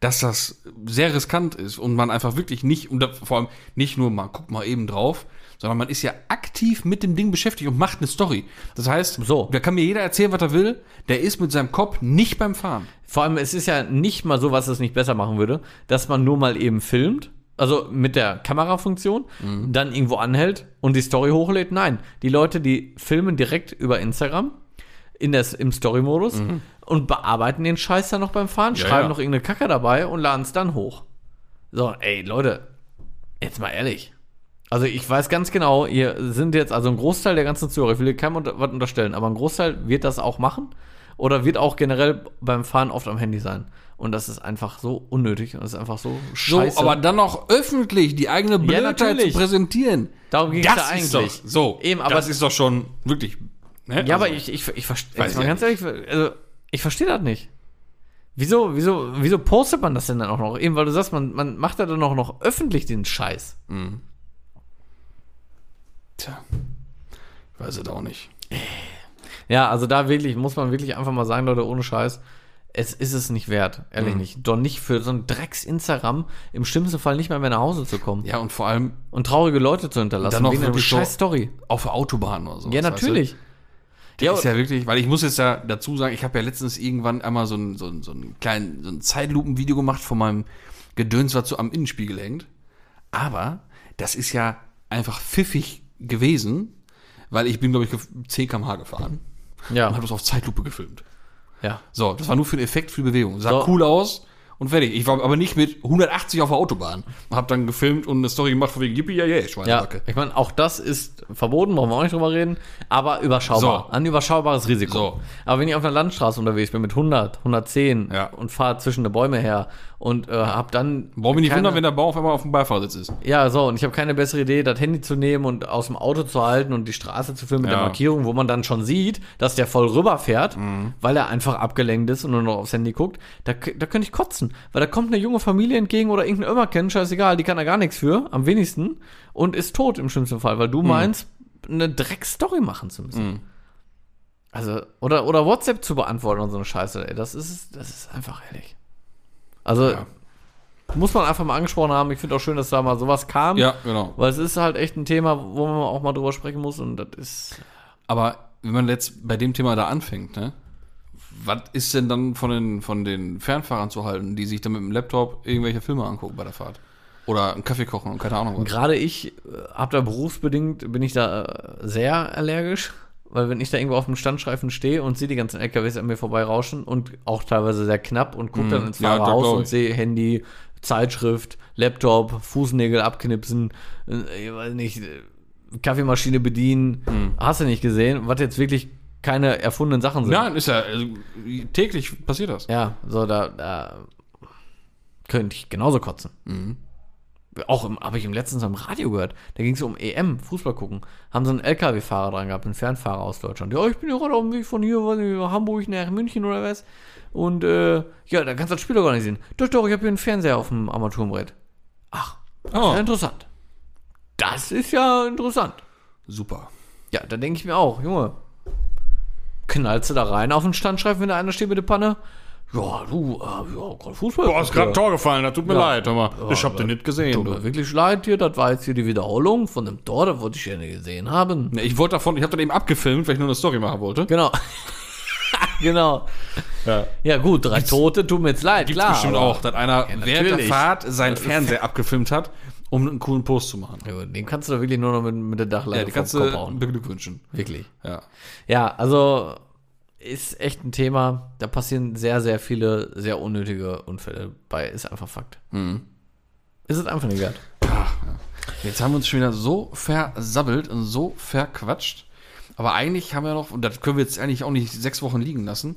A: dass das sehr riskant ist und man einfach wirklich nicht, und da- vor allem nicht nur mal, guck mal eben drauf, sondern man ist ja aktiv mit dem Ding beschäftigt und macht eine Story. Das heißt,
B: So.
A: da kann mir jeder erzählen, was er will, der ist mit seinem Kopf nicht beim Fahren.
B: Vor allem, es ist ja nicht mal so, was es nicht besser machen würde, dass man nur mal eben filmt, also mit der Kamerafunktion,
A: Mhm.
B: dann irgendwo anhält und die Story hochlädt. Nein, die Leute, die filmen direkt über Instagram in das, im Story-Modus und bearbeiten den Scheiß dann noch beim Fahren,
A: Mhm. Ja,
B: schreiben
A: ja.
B: noch irgendeine Kacke dabei und laden es dann hoch. So, ey, Leute, jetzt mal ehrlich. Also ich weiß ganz genau, ihr sind jetzt, also ein Großteil der ganzen Zuhörer, ich will hier keinem unter, was unterstellen, aber ein Großteil wird das auch machen oder wird auch generell beim Fahren oft am Handy sein. Und das ist einfach so unnötig und das ist einfach so scheiße.
A: So, aber dann noch öffentlich die eigene Blödheit zu
B: natürlich.
A: präsentieren.
B: darum ging es ja
A: Das ist
B: eigentlich.
A: doch, so,
B: Eben, aber
A: das ist doch schon wirklich Ne?
B: Ja,
A: Also,
B: aber ich, ich, ich verstehe,
A: Weiß
B: jetzt mal
A: ich
B: ganz ehrlich, also, ich verstehe das nicht. Wieso, wieso, wieso postet man das denn dann auch noch? Eben, weil du sagst, man, man macht da dann auch noch öffentlich den Scheiß.
A: Tja. Ich weiß es auch nicht.
B: Ja, also da wirklich, muss man wirklich einfach mal sagen, Leute, ohne Scheiß, es ist es nicht wert, ehrlich
A: Mhm.
B: nicht. Doch nicht für so einen Drecks-Instagram, im schlimmsten Fall nicht mehr, mehr nach Hause zu kommen
A: Ja, und vor allem
B: und traurige Leute zu hinterlassen.
A: Dann noch
B: wegen einer
A: wirklich so-
B: scheiß Story.
A: auf der Autobahn oder so.
B: Ja, natürlich. Ja,
A: ist ja wirklich, weil ich muss jetzt ja dazu sagen, ich habe ja letztens irgendwann einmal so ein, so ein, so ein kleinen so ein Zeitlupenvideo gemacht von meinem Gedöns, was so am Innenspiegel hängt. Aber das ist ja einfach pfiffig gewesen, weil ich bin, glaube ich, gef- 10 km/h gefahren und habe
B: ja,
A: das auf Zeitlupe gefilmt.
B: ja.
A: So, das war nur für den Effekt, für die Bewegung. Sah
B: So.
A: cool aus und fertig. Ich war aber nicht mit 180 auf der Autobahn und habe dann gefilmt und eine Story gemacht von wegen Yippie, ja, ja,
B: Ja,
A: Schweinebacke.
B: ich meine, auch das ist verboten, brauchen wir auch nicht drüber reden, aber überschaubar.
A: So.
B: Ein überschaubares Risiko.
A: So.
B: Aber wenn ich auf einer Landstraße unterwegs bin mit 100, 110
A: Ja.
B: und fahre zwischen den Bäume her und äh, hab dann.
A: Brauch mich nicht
B: keine-
A: wundern, wenn der Baum auf einmal auf dem Beifahrersitz ist.
B: Ja, so, und ich habe keine bessere Idee, das Handy zu nehmen und aus dem Auto zu halten und die Straße zu filmen mit
A: Ja.
B: der Markierung, wo man dann schon sieht, dass der voll rüberfährt,
A: Mhm.
B: weil er einfach abgelenkt ist und nur noch aufs Handy guckt. Da, k- da könnte ich kotzen, weil da kommt eine junge Familie entgegen oder irgendein Ömerken, scheißegal, die kann da gar nichts für, am wenigsten, und ist tot im schlimmsten Fall, weil du
A: Mhm.
B: meinst, eine Dreckstory machen zu müssen. Also, oder, oder WhatsApp zu beantworten und so eine Scheiße, ey, das ist, das ist einfach ehrlich. Also,
A: Ja.
B: muss man einfach mal angesprochen haben. Ich finde auch schön, dass da mal sowas kam.
A: Ja, genau.
B: Weil es ist halt echt ein Thema, wo man auch mal drüber sprechen muss und das ist.
A: Aber wenn man jetzt bei dem Thema da anfängt, ne? Was ist denn dann von den, von den Fernfahrern zu halten, die sich dann mit dem Laptop irgendwelche Filme angucken bei der Fahrt? Oder einen Kaffee kochen und keine Ahnung was.
B: Gerade ich äh, hab da berufsbedingt, bin ich da äh, sehr allergisch, weil wenn ich da irgendwo auf dem Standstreifen stehe und sehe die ganzen LKWs an mir vorbeirauschen und auch teilweise sehr knapp und gucke dann ins
A: Mhm. ja, da
B: Fahrerhaus
A: glaub
B: und
A: ich.
B: sehe Handy, Zeitschrift, Laptop, Fußnägel abknipsen, äh, ich weiß nicht, äh, Kaffeemaschine bedienen,
A: Mhm.
B: hast du nicht gesehen, was jetzt wirklich keine erfundenen Sachen sind.
A: Nein, ist ja, also, täglich passiert das.
B: Ja, so da, da könnte ich genauso kotzen. Auch habe ich im letzten am Radio gehört. Da ging es um EM, Fußball gucken. Haben so einen LKW-Fahrer dran gehabt, einen Fernfahrer aus Deutschland. Ja, ich bin ja gerade auf dem Weg von hier, weiß nicht, Hamburg nach München oder was. Und äh, ja, da kannst du das Spiel doch gar nicht sehen. Doch, doch, ich habe hier einen Fernseher auf dem Armaturenbrett. Ach, ja,
A: Oh,
B: interessant. Das ist ja interessant.
A: super.
B: Ja, da denke ich mir auch, Junge, knallst du da rein auf den Standstreifen, wenn da einer steht mit der Panne? Ja, du, äh, ja, gerade Fußball.
A: Boah, ist gerade ein Tor gefallen, das tut mir
B: Ja.
A: leid, Oh, aber ich hab den nicht gesehen.
B: Tut mir wirklich leid hier, das war jetzt hier die Wiederholung von dem Tor, das wollte ich ja nicht gesehen haben.
A: Ne, Ich wollte davon, ich habe dann eben abgefilmt, weil ich nur eine Story machen wollte.
B: Genau. genau.
A: Ja.
B: Ja, gut, drei Tote, tut mir jetzt leid,
A: Gibt's
B: klar.
A: bestimmt
B: aber-
A: auch, dass einer während der
B: natürlich.
A: Fahrt seinen Fernseher abgefilmt hat, um einen coolen Post zu machen. Also
B: Ja, Den kannst du doch wirklich nur noch mit, mit der Dachlage
A: Ja, die
B: vom
A: kannst
B: Kopf
A: du
B: hauen.
A: beglückwünschen.
B: Wirklich.
A: Ja.
B: Ja, also ist echt ein Thema. Da passieren sehr, sehr viele sehr unnötige Unfälle bei. Ist einfach Fakt. Ist es einfach nicht wert.
A: Ah, Jetzt haben wir uns schon wieder so versabbelt und so verquatscht. Aber eigentlich haben wir noch, und das können wir jetzt eigentlich auch nicht sechs Wochen liegen lassen,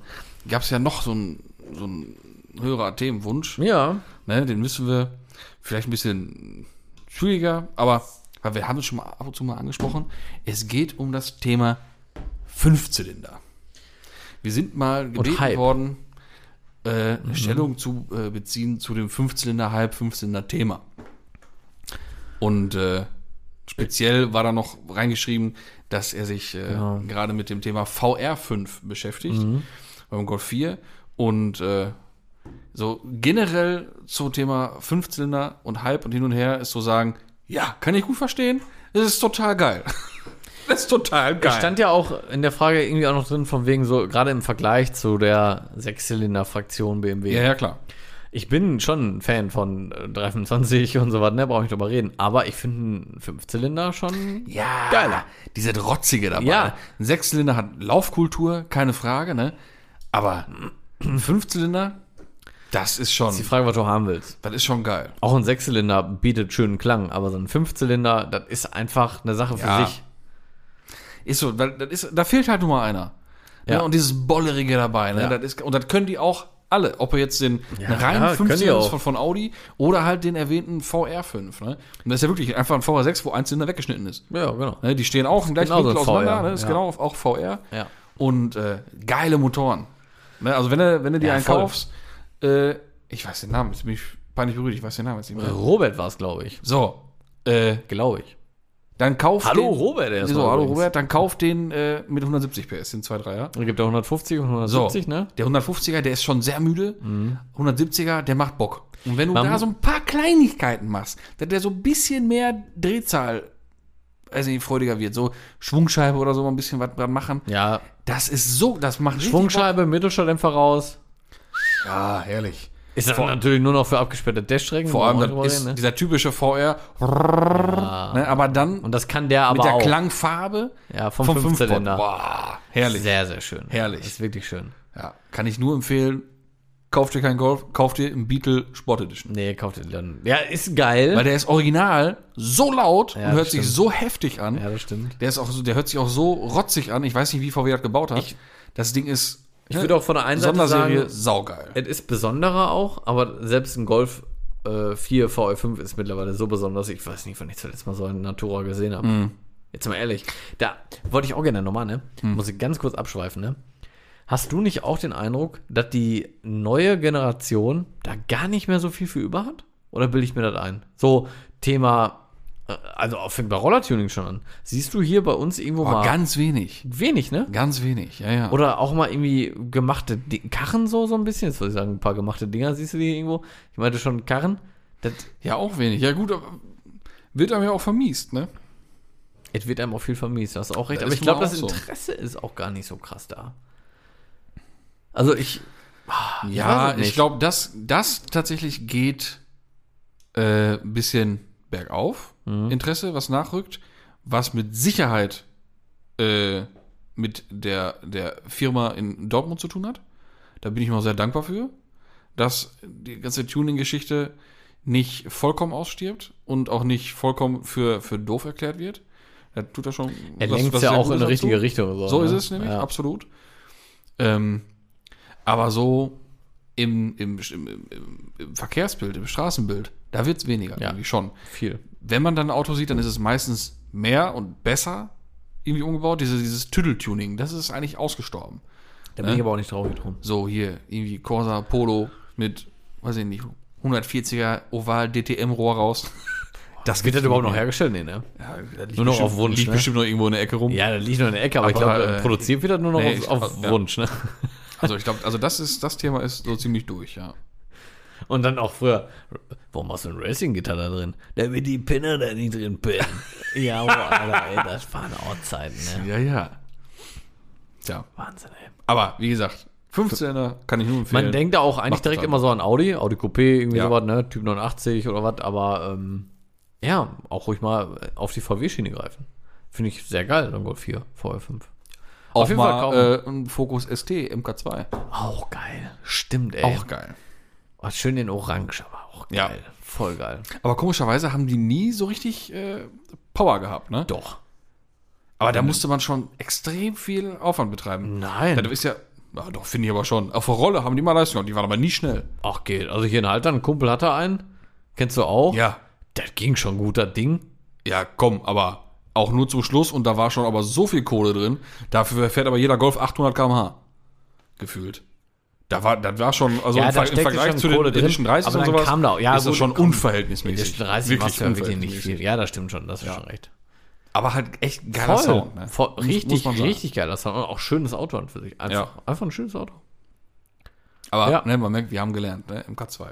A: gab es ja noch so einen so einen Hörer-Themenwunsch.
B: Ja.
A: Ne, den müssen wir vielleicht ein bisschen schwieriger, aber weil wir haben es schon mal ab und zu mal angesprochen. Es geht um das Thema Fünfzylinder. Wir sind mal gebeten
B: Hype.
A: worden, äh, eine Stellung zu äh, beziehen zu dem Fünfzylinder-Hype, Fünfzylinder-Thema. Und äh, speziell war da noch reingeschrieben, dass er sich äh,
B: Ja.
A: gerade mit dem Thema VR5 beschäftigt,
B: Mhm.
A: beim Golf 4. Und äh, so generell zum Thema Fünfzylinder und Halb und hin und her ist so sagen, ja, kann ich gut verstehen, das ist total geil. das ist total geil.
B: Stand ja auch in der Frage irgendwie auch noch drin, von wegen so, gerade im Vergleich zu der Sechszylinder-Fraktion BMW.
A: ja, ja, klar.
B: Ich bin schon ein Fan von äh, 325 und so weiter, ne, brauche ich nicht drüber reden. Aber ich finde einen Fünfzylinder schon.
A: Ja,
B: Geiler.
A: diese Rotzige dabei. ne?
B: Ja.
A: Ein Sechszylinder hat Laufkultur, keine Frage, ne? Aber ein Fünfzylinder, das ist schon,
B: Die Frage, was du haben willst.
A: das ist schon geil.
B: Auch ein Sechszylinder bietet schönen Klang, aber so ein Fünfzylinder, das ist einfach eine Sache für
A: Ja.
B: sich.
A: Ist so, weil das ist, da fehlt halt nur mal einer.
B: Ja.
A: Ne? Und dieses Bollerige dabei, ne?
B: Ja.
A: Das ist, und das können die auch Alle, ob er jetzt den reinen
B: ja, können die
A: 15er ist
B: auch.
A: von, von Audi oder halt den erwähnten VR5. Ne? Und das ist ja wirklich einfach ein VR6, wo ein Zylinder weggeschnitten ist.
B: Ja, genau.
A: Ne? Die stehen auch im gleichen
B: Genauso
A: Winkel
B: ein VR,
A: auseinander. Ne? Ist
B: ja.
A: genau auch VR.
B: Ja.
A: Und äh, geile Motoren. Ne? Also wenn du, wenn du dir
B: Ja,
A: einen
B: voll.
A: kaufst, äh, ich weiß den Namen, jetzt bin ich peinlich berührt, ich weiß den Namen jetzt nicht mehr.
B: Robert war es, glaube ich.
A: So, äh,
B: Glaube ich.
A: dann kauf
B: Hallo
A: den.
B: Robert, er ist
A: So, hallo Robert, dann kauf den äh, mit 170 PS, den 2.3er.
B: Es gibt ja 150 und 170, ne?
A: Der 150er, der ist schon sehr müde. 170er, der macht Bock. Und wenn du
B: Man
A: da
B: mu-
A: so ein paar Kleinigkeiten machst, dass der so ein bisschen mehr Drehzahl, also nicht freudiger wird, so Schwungscheibe oder so mal ein bisschen was dran machen,
B: Ja.
A: das ist so, das macht richtig
B: Schwungscheibe, Mittelschalldämpfer raus.
A: Bock. Ja, herrlich.
B: Ist dann natürlich nur noch für abgesperrte Dashstrecken.
A: Vor allem
B: brauchen wir
A: dann
B: drüber
A: ist
B: reden, ne?
A: dieser typische VR,
B: Ah.
A: ne, aber dann
B: Und das kann der aber
A: mit der
B: auch.
A: Klangfarbe
B: ja, vom,
A: vom 5
B: Fünfzylinder.
A: herrlich.
B: Sehr, sehr schön.
A: Herrlich.
B: Das ist wirklich schön.
A: Ja, kann ich nur empfehlen. Kauft dir keinen Golf, kauft dir einen Beetle Sport Edition.
B: Nee, kauft den dann. Ja, ist geil.
A: Weil der ist original so laut
B: Ja,
A: und
B: das
A: hört sich
B: stimmt.
A: so heftig an.
B: ja, das stimmt.
A: Der ist auch so, der hört sich auch so rotzig an. Ich weiß nicht, wie VW das gebaut hat. das Ding ist
B: Ich würde auch von der einen Seite
A: Sonderserie
B: sagen,
A: saugeil.
B: es ist besonderer auch, aber selbst ein Golf äh, 4 VE5 ist mittlerweile so besonders. Ich weiß nicht, wann ich zuletzt mal so einen Natura gesehen habe. Jetzt mal ehrlich, da wollte ich auch gerne nochmal, ne? Muss ich ganz kurz abschweifen, ne? Hast du nicht auch den Eindruck, dass die neue Generation da gar nicht mehr so viel für über hat? Oder bilde ich mir das ein? So, Thema, äh, also auch fängt bei Rollertuning schon an. Siehst du hier bei uns irgendwo
A: Aber
B: mal
A: ganz wenig.
B: wenig, ne?
A: Ganz wenig, ja, ja.
B: Oder auch mal irgendwie gemachte Di Karren so, so ein bisschen. Jetzt würde ich sagen, ein paar gemachte Dinger, siehst du die irgendwo? Ich meinte schon Karren. Das,
A: ja, auch wenig. Ja, gut, aber wird einem ja auch vermiest, ne?
B: es wird einem auch viel vermiest, hast du auch recht.
A: Das
B: Aber
A: ist
B: ich glaube,
A: nun mal
B: das
A: auch so.
B: Interesse ist auch gar nicht so krass da. Also ich, weiß
A: Ja,
B: es
A: ich
B: nicht.
A: glaube, das, das tatsächlich geht äh, ein bisschen bergauf.
B: Mhm.
A: Interesse, was nachrückt, was mit Sicherheit äh, mit der, der Firma in Dortmund zu tun hat. Da bin ich noch sehr dankbar für, dass die ganze Tuning-Geschichte nicht vollkommen ausstirbt und auch nicht vollkommen für, für doof erklärt wird. Da tut er schon.
B: er
A: was-
B: lenkt
A: was
B: ja
A: sehr
B: auch in
A: Gutes
B: eine
A: dazu.
B: richtige Richtung.
A: So
B: ne?
A: ist es nämlich,
B: Ja.
A: absolut. Ähm, aber so im, im, im, im, im Verkehrsbild, im Straßenbild, da wird es weniger,
B: Ja.
A: irgendwie schon.
B: Viel.
A: Wenn man dann ein Auto sieht, dann ist es meistens mehr und besser irgendwie umgebaut. Diese, dieses Tüdeltuning, das ist eigentlich ausgestorben.
B: Da bin ich aber auch nicht traurig drum.
A: So hier, irgendwie Corsa Polo mit, weiß ich nicht, 140er Oval DTM Rohr raus.
B: Das wird das überhaupt noch hergestellt? Nee, ne?
A: Ja,
B: Nur noch auf Wunsch,
A: Liegt
B: ne?
A: bestimmt noch irgendwo in der Ecke rum.
B: Ja, das liegt noch in der Ecke, aber, ich
A: Aber,
B: glaube,
A: äh,
B: produziert wird das nur noch
A: nee, ich
B: auf, auf
A: glaub, ja.
B: Wunsch, ne?
A: Also ich glaube, also das ist, das Thema ist so ziemlich durch, ja.
B: Und dann auch früher, warum hast du ein Racing-Gitarre da drin? Damit die Pinner da nicht drin pinnen. ja, boah, Alter, ey, das waren auch Zeiten, ne?
A: Ja, ja. Tja.
B: Wahnsinn, ey.
A: Aber wie gesagt, 15er kann ich nur empfehlen.
B: Man denkt da auch eigentlich
A: Macht
B: direkt
A: total.
B: immer so an Audi, Audi Coupé, irgendwie
A: Ja.
B: sowas, ne? Typ 89 oder was, aber ähm, ja, auch ruhig mal auf die VW-Schiene greifen. Finde ich sehr geil, dann Golf 4, VW5.
A: auch
B: auf jeden
A: mal
B: Fall
A: äh, ein Focus ST MK2.
B: ähm, Auch geil. Stimmt, ey.
A: Auch geil.
B: Oh, schön in Orange, aber auch
A: Ja.
B: geil. Voll geil.
A: Aber komischerweise haben die nie so richtig äh, Power gehabt, ne?
B: Doch.
A: Aber da musste man schon extrem viel Aufwand betreiben.
B: Nein.
A: Das ist ja, ja doch, finde ich aber schon. Auf der Rolle haben die mal Leistung, gehabt, die waren aber nie schnell.
B: Ach, geht. Also hier in Haltern, ein Kumpel hatte einen. Kennst du auch?
A: Ja.
B: Das ging schon gut, das Ding.
A: Ja, komm, aber auch nur zum Schluss und da war schon aber so viel Kohle drin. Dafür fährt aber jeder Golf 800 km/h. Gefühlt. Da war, das war schon, also
B: Ja,
A: im,
B: da
A: Ver im
B: steckte
A: Vergleich
B: schon
A: zu den
B: Kohle drin,
A: Edition 30
B: aber
A: und
B: dann
A: sowas
B: kam da auch- ja,
A: ist das
B: gut,
A: schon
B: komm.
A: unverhältnismäßig.
B: Edition 30 machst du ja wirklich nicht viel. Ja, das stimmt schon. Das ist schon recht.
A: Aber halt echt geiler
B: Voll.
A: Sound. Ne?
B: Voll
A: Muss- muss
B: richtig,
A: man sagen.
B: richtig geiler Sound. Und auch schönes Auto an für sich. Einfach, einfach ein schönes Auto.
A: Aber
B: Ja.
A: ne, man merkt, wir haben gelernt, ne? MK2.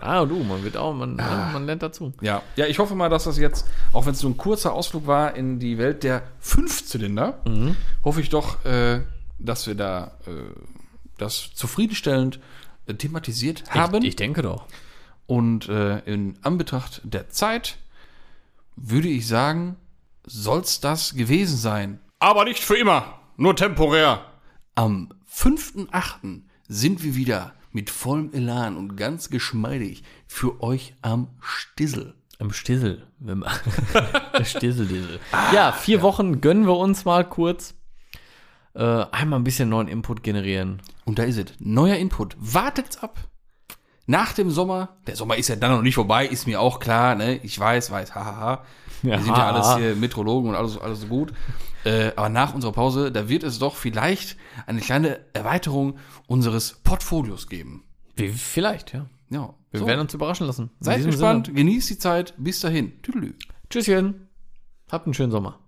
B: Ah, du, man wird auch, man,
A: Ah.
B: man lernt dazu.
A: Ja. ja, ich hoffe mal, dass das jetzt, auch wenn es so ein kurzer Ausflug war in die Welt der Fünfzylinder, hoffe ich doch, äh, dass wir da äh, das zufriedenstellend äh, thematisiert haben.
B: Ich, ich denke doch.
A: Und äh, in Anbetracht der Zeit würde ich sagen, soll's das gewesen sein. Aber nicht für immer, nur temporär. Am 5.8. sind wir wieder mit vollem Elan und ganz geschmeidig für euch am Stissel.
B: Im Stissel. Wenn man-
A: Ah,
B: Der Stissel, Diesel. ja, vier Wochen gönnen wir uns mal kurz. äh, einmal ein bisschen neuen Input generieren.
A: Und da ist es. Neuer Input. Wartet's ab. Nach dem Sommer, der Sommer ist ja dann noch nicht vorbei, ist mir auch klar, ne? Ich weiß, weiß, hahaha. Wir sind ja alles hier Metrologen und alles, alles so gut. Äh, aber nach unserer Pause, da wird es doch vielleicht eine kleine Erweiterung unseres Portfolios geben.
B: Wie, vielleicht, ja.
A: Ja.
B: Wir
A: so.
B: werden uns überraschen lassen. In
A: Seid
B: diesem
A: gespannt, genießt die Zeit. Bis dahin. Tüdelü.
B: Sinne. Tschüsschen. Habt einen schönen Sommer.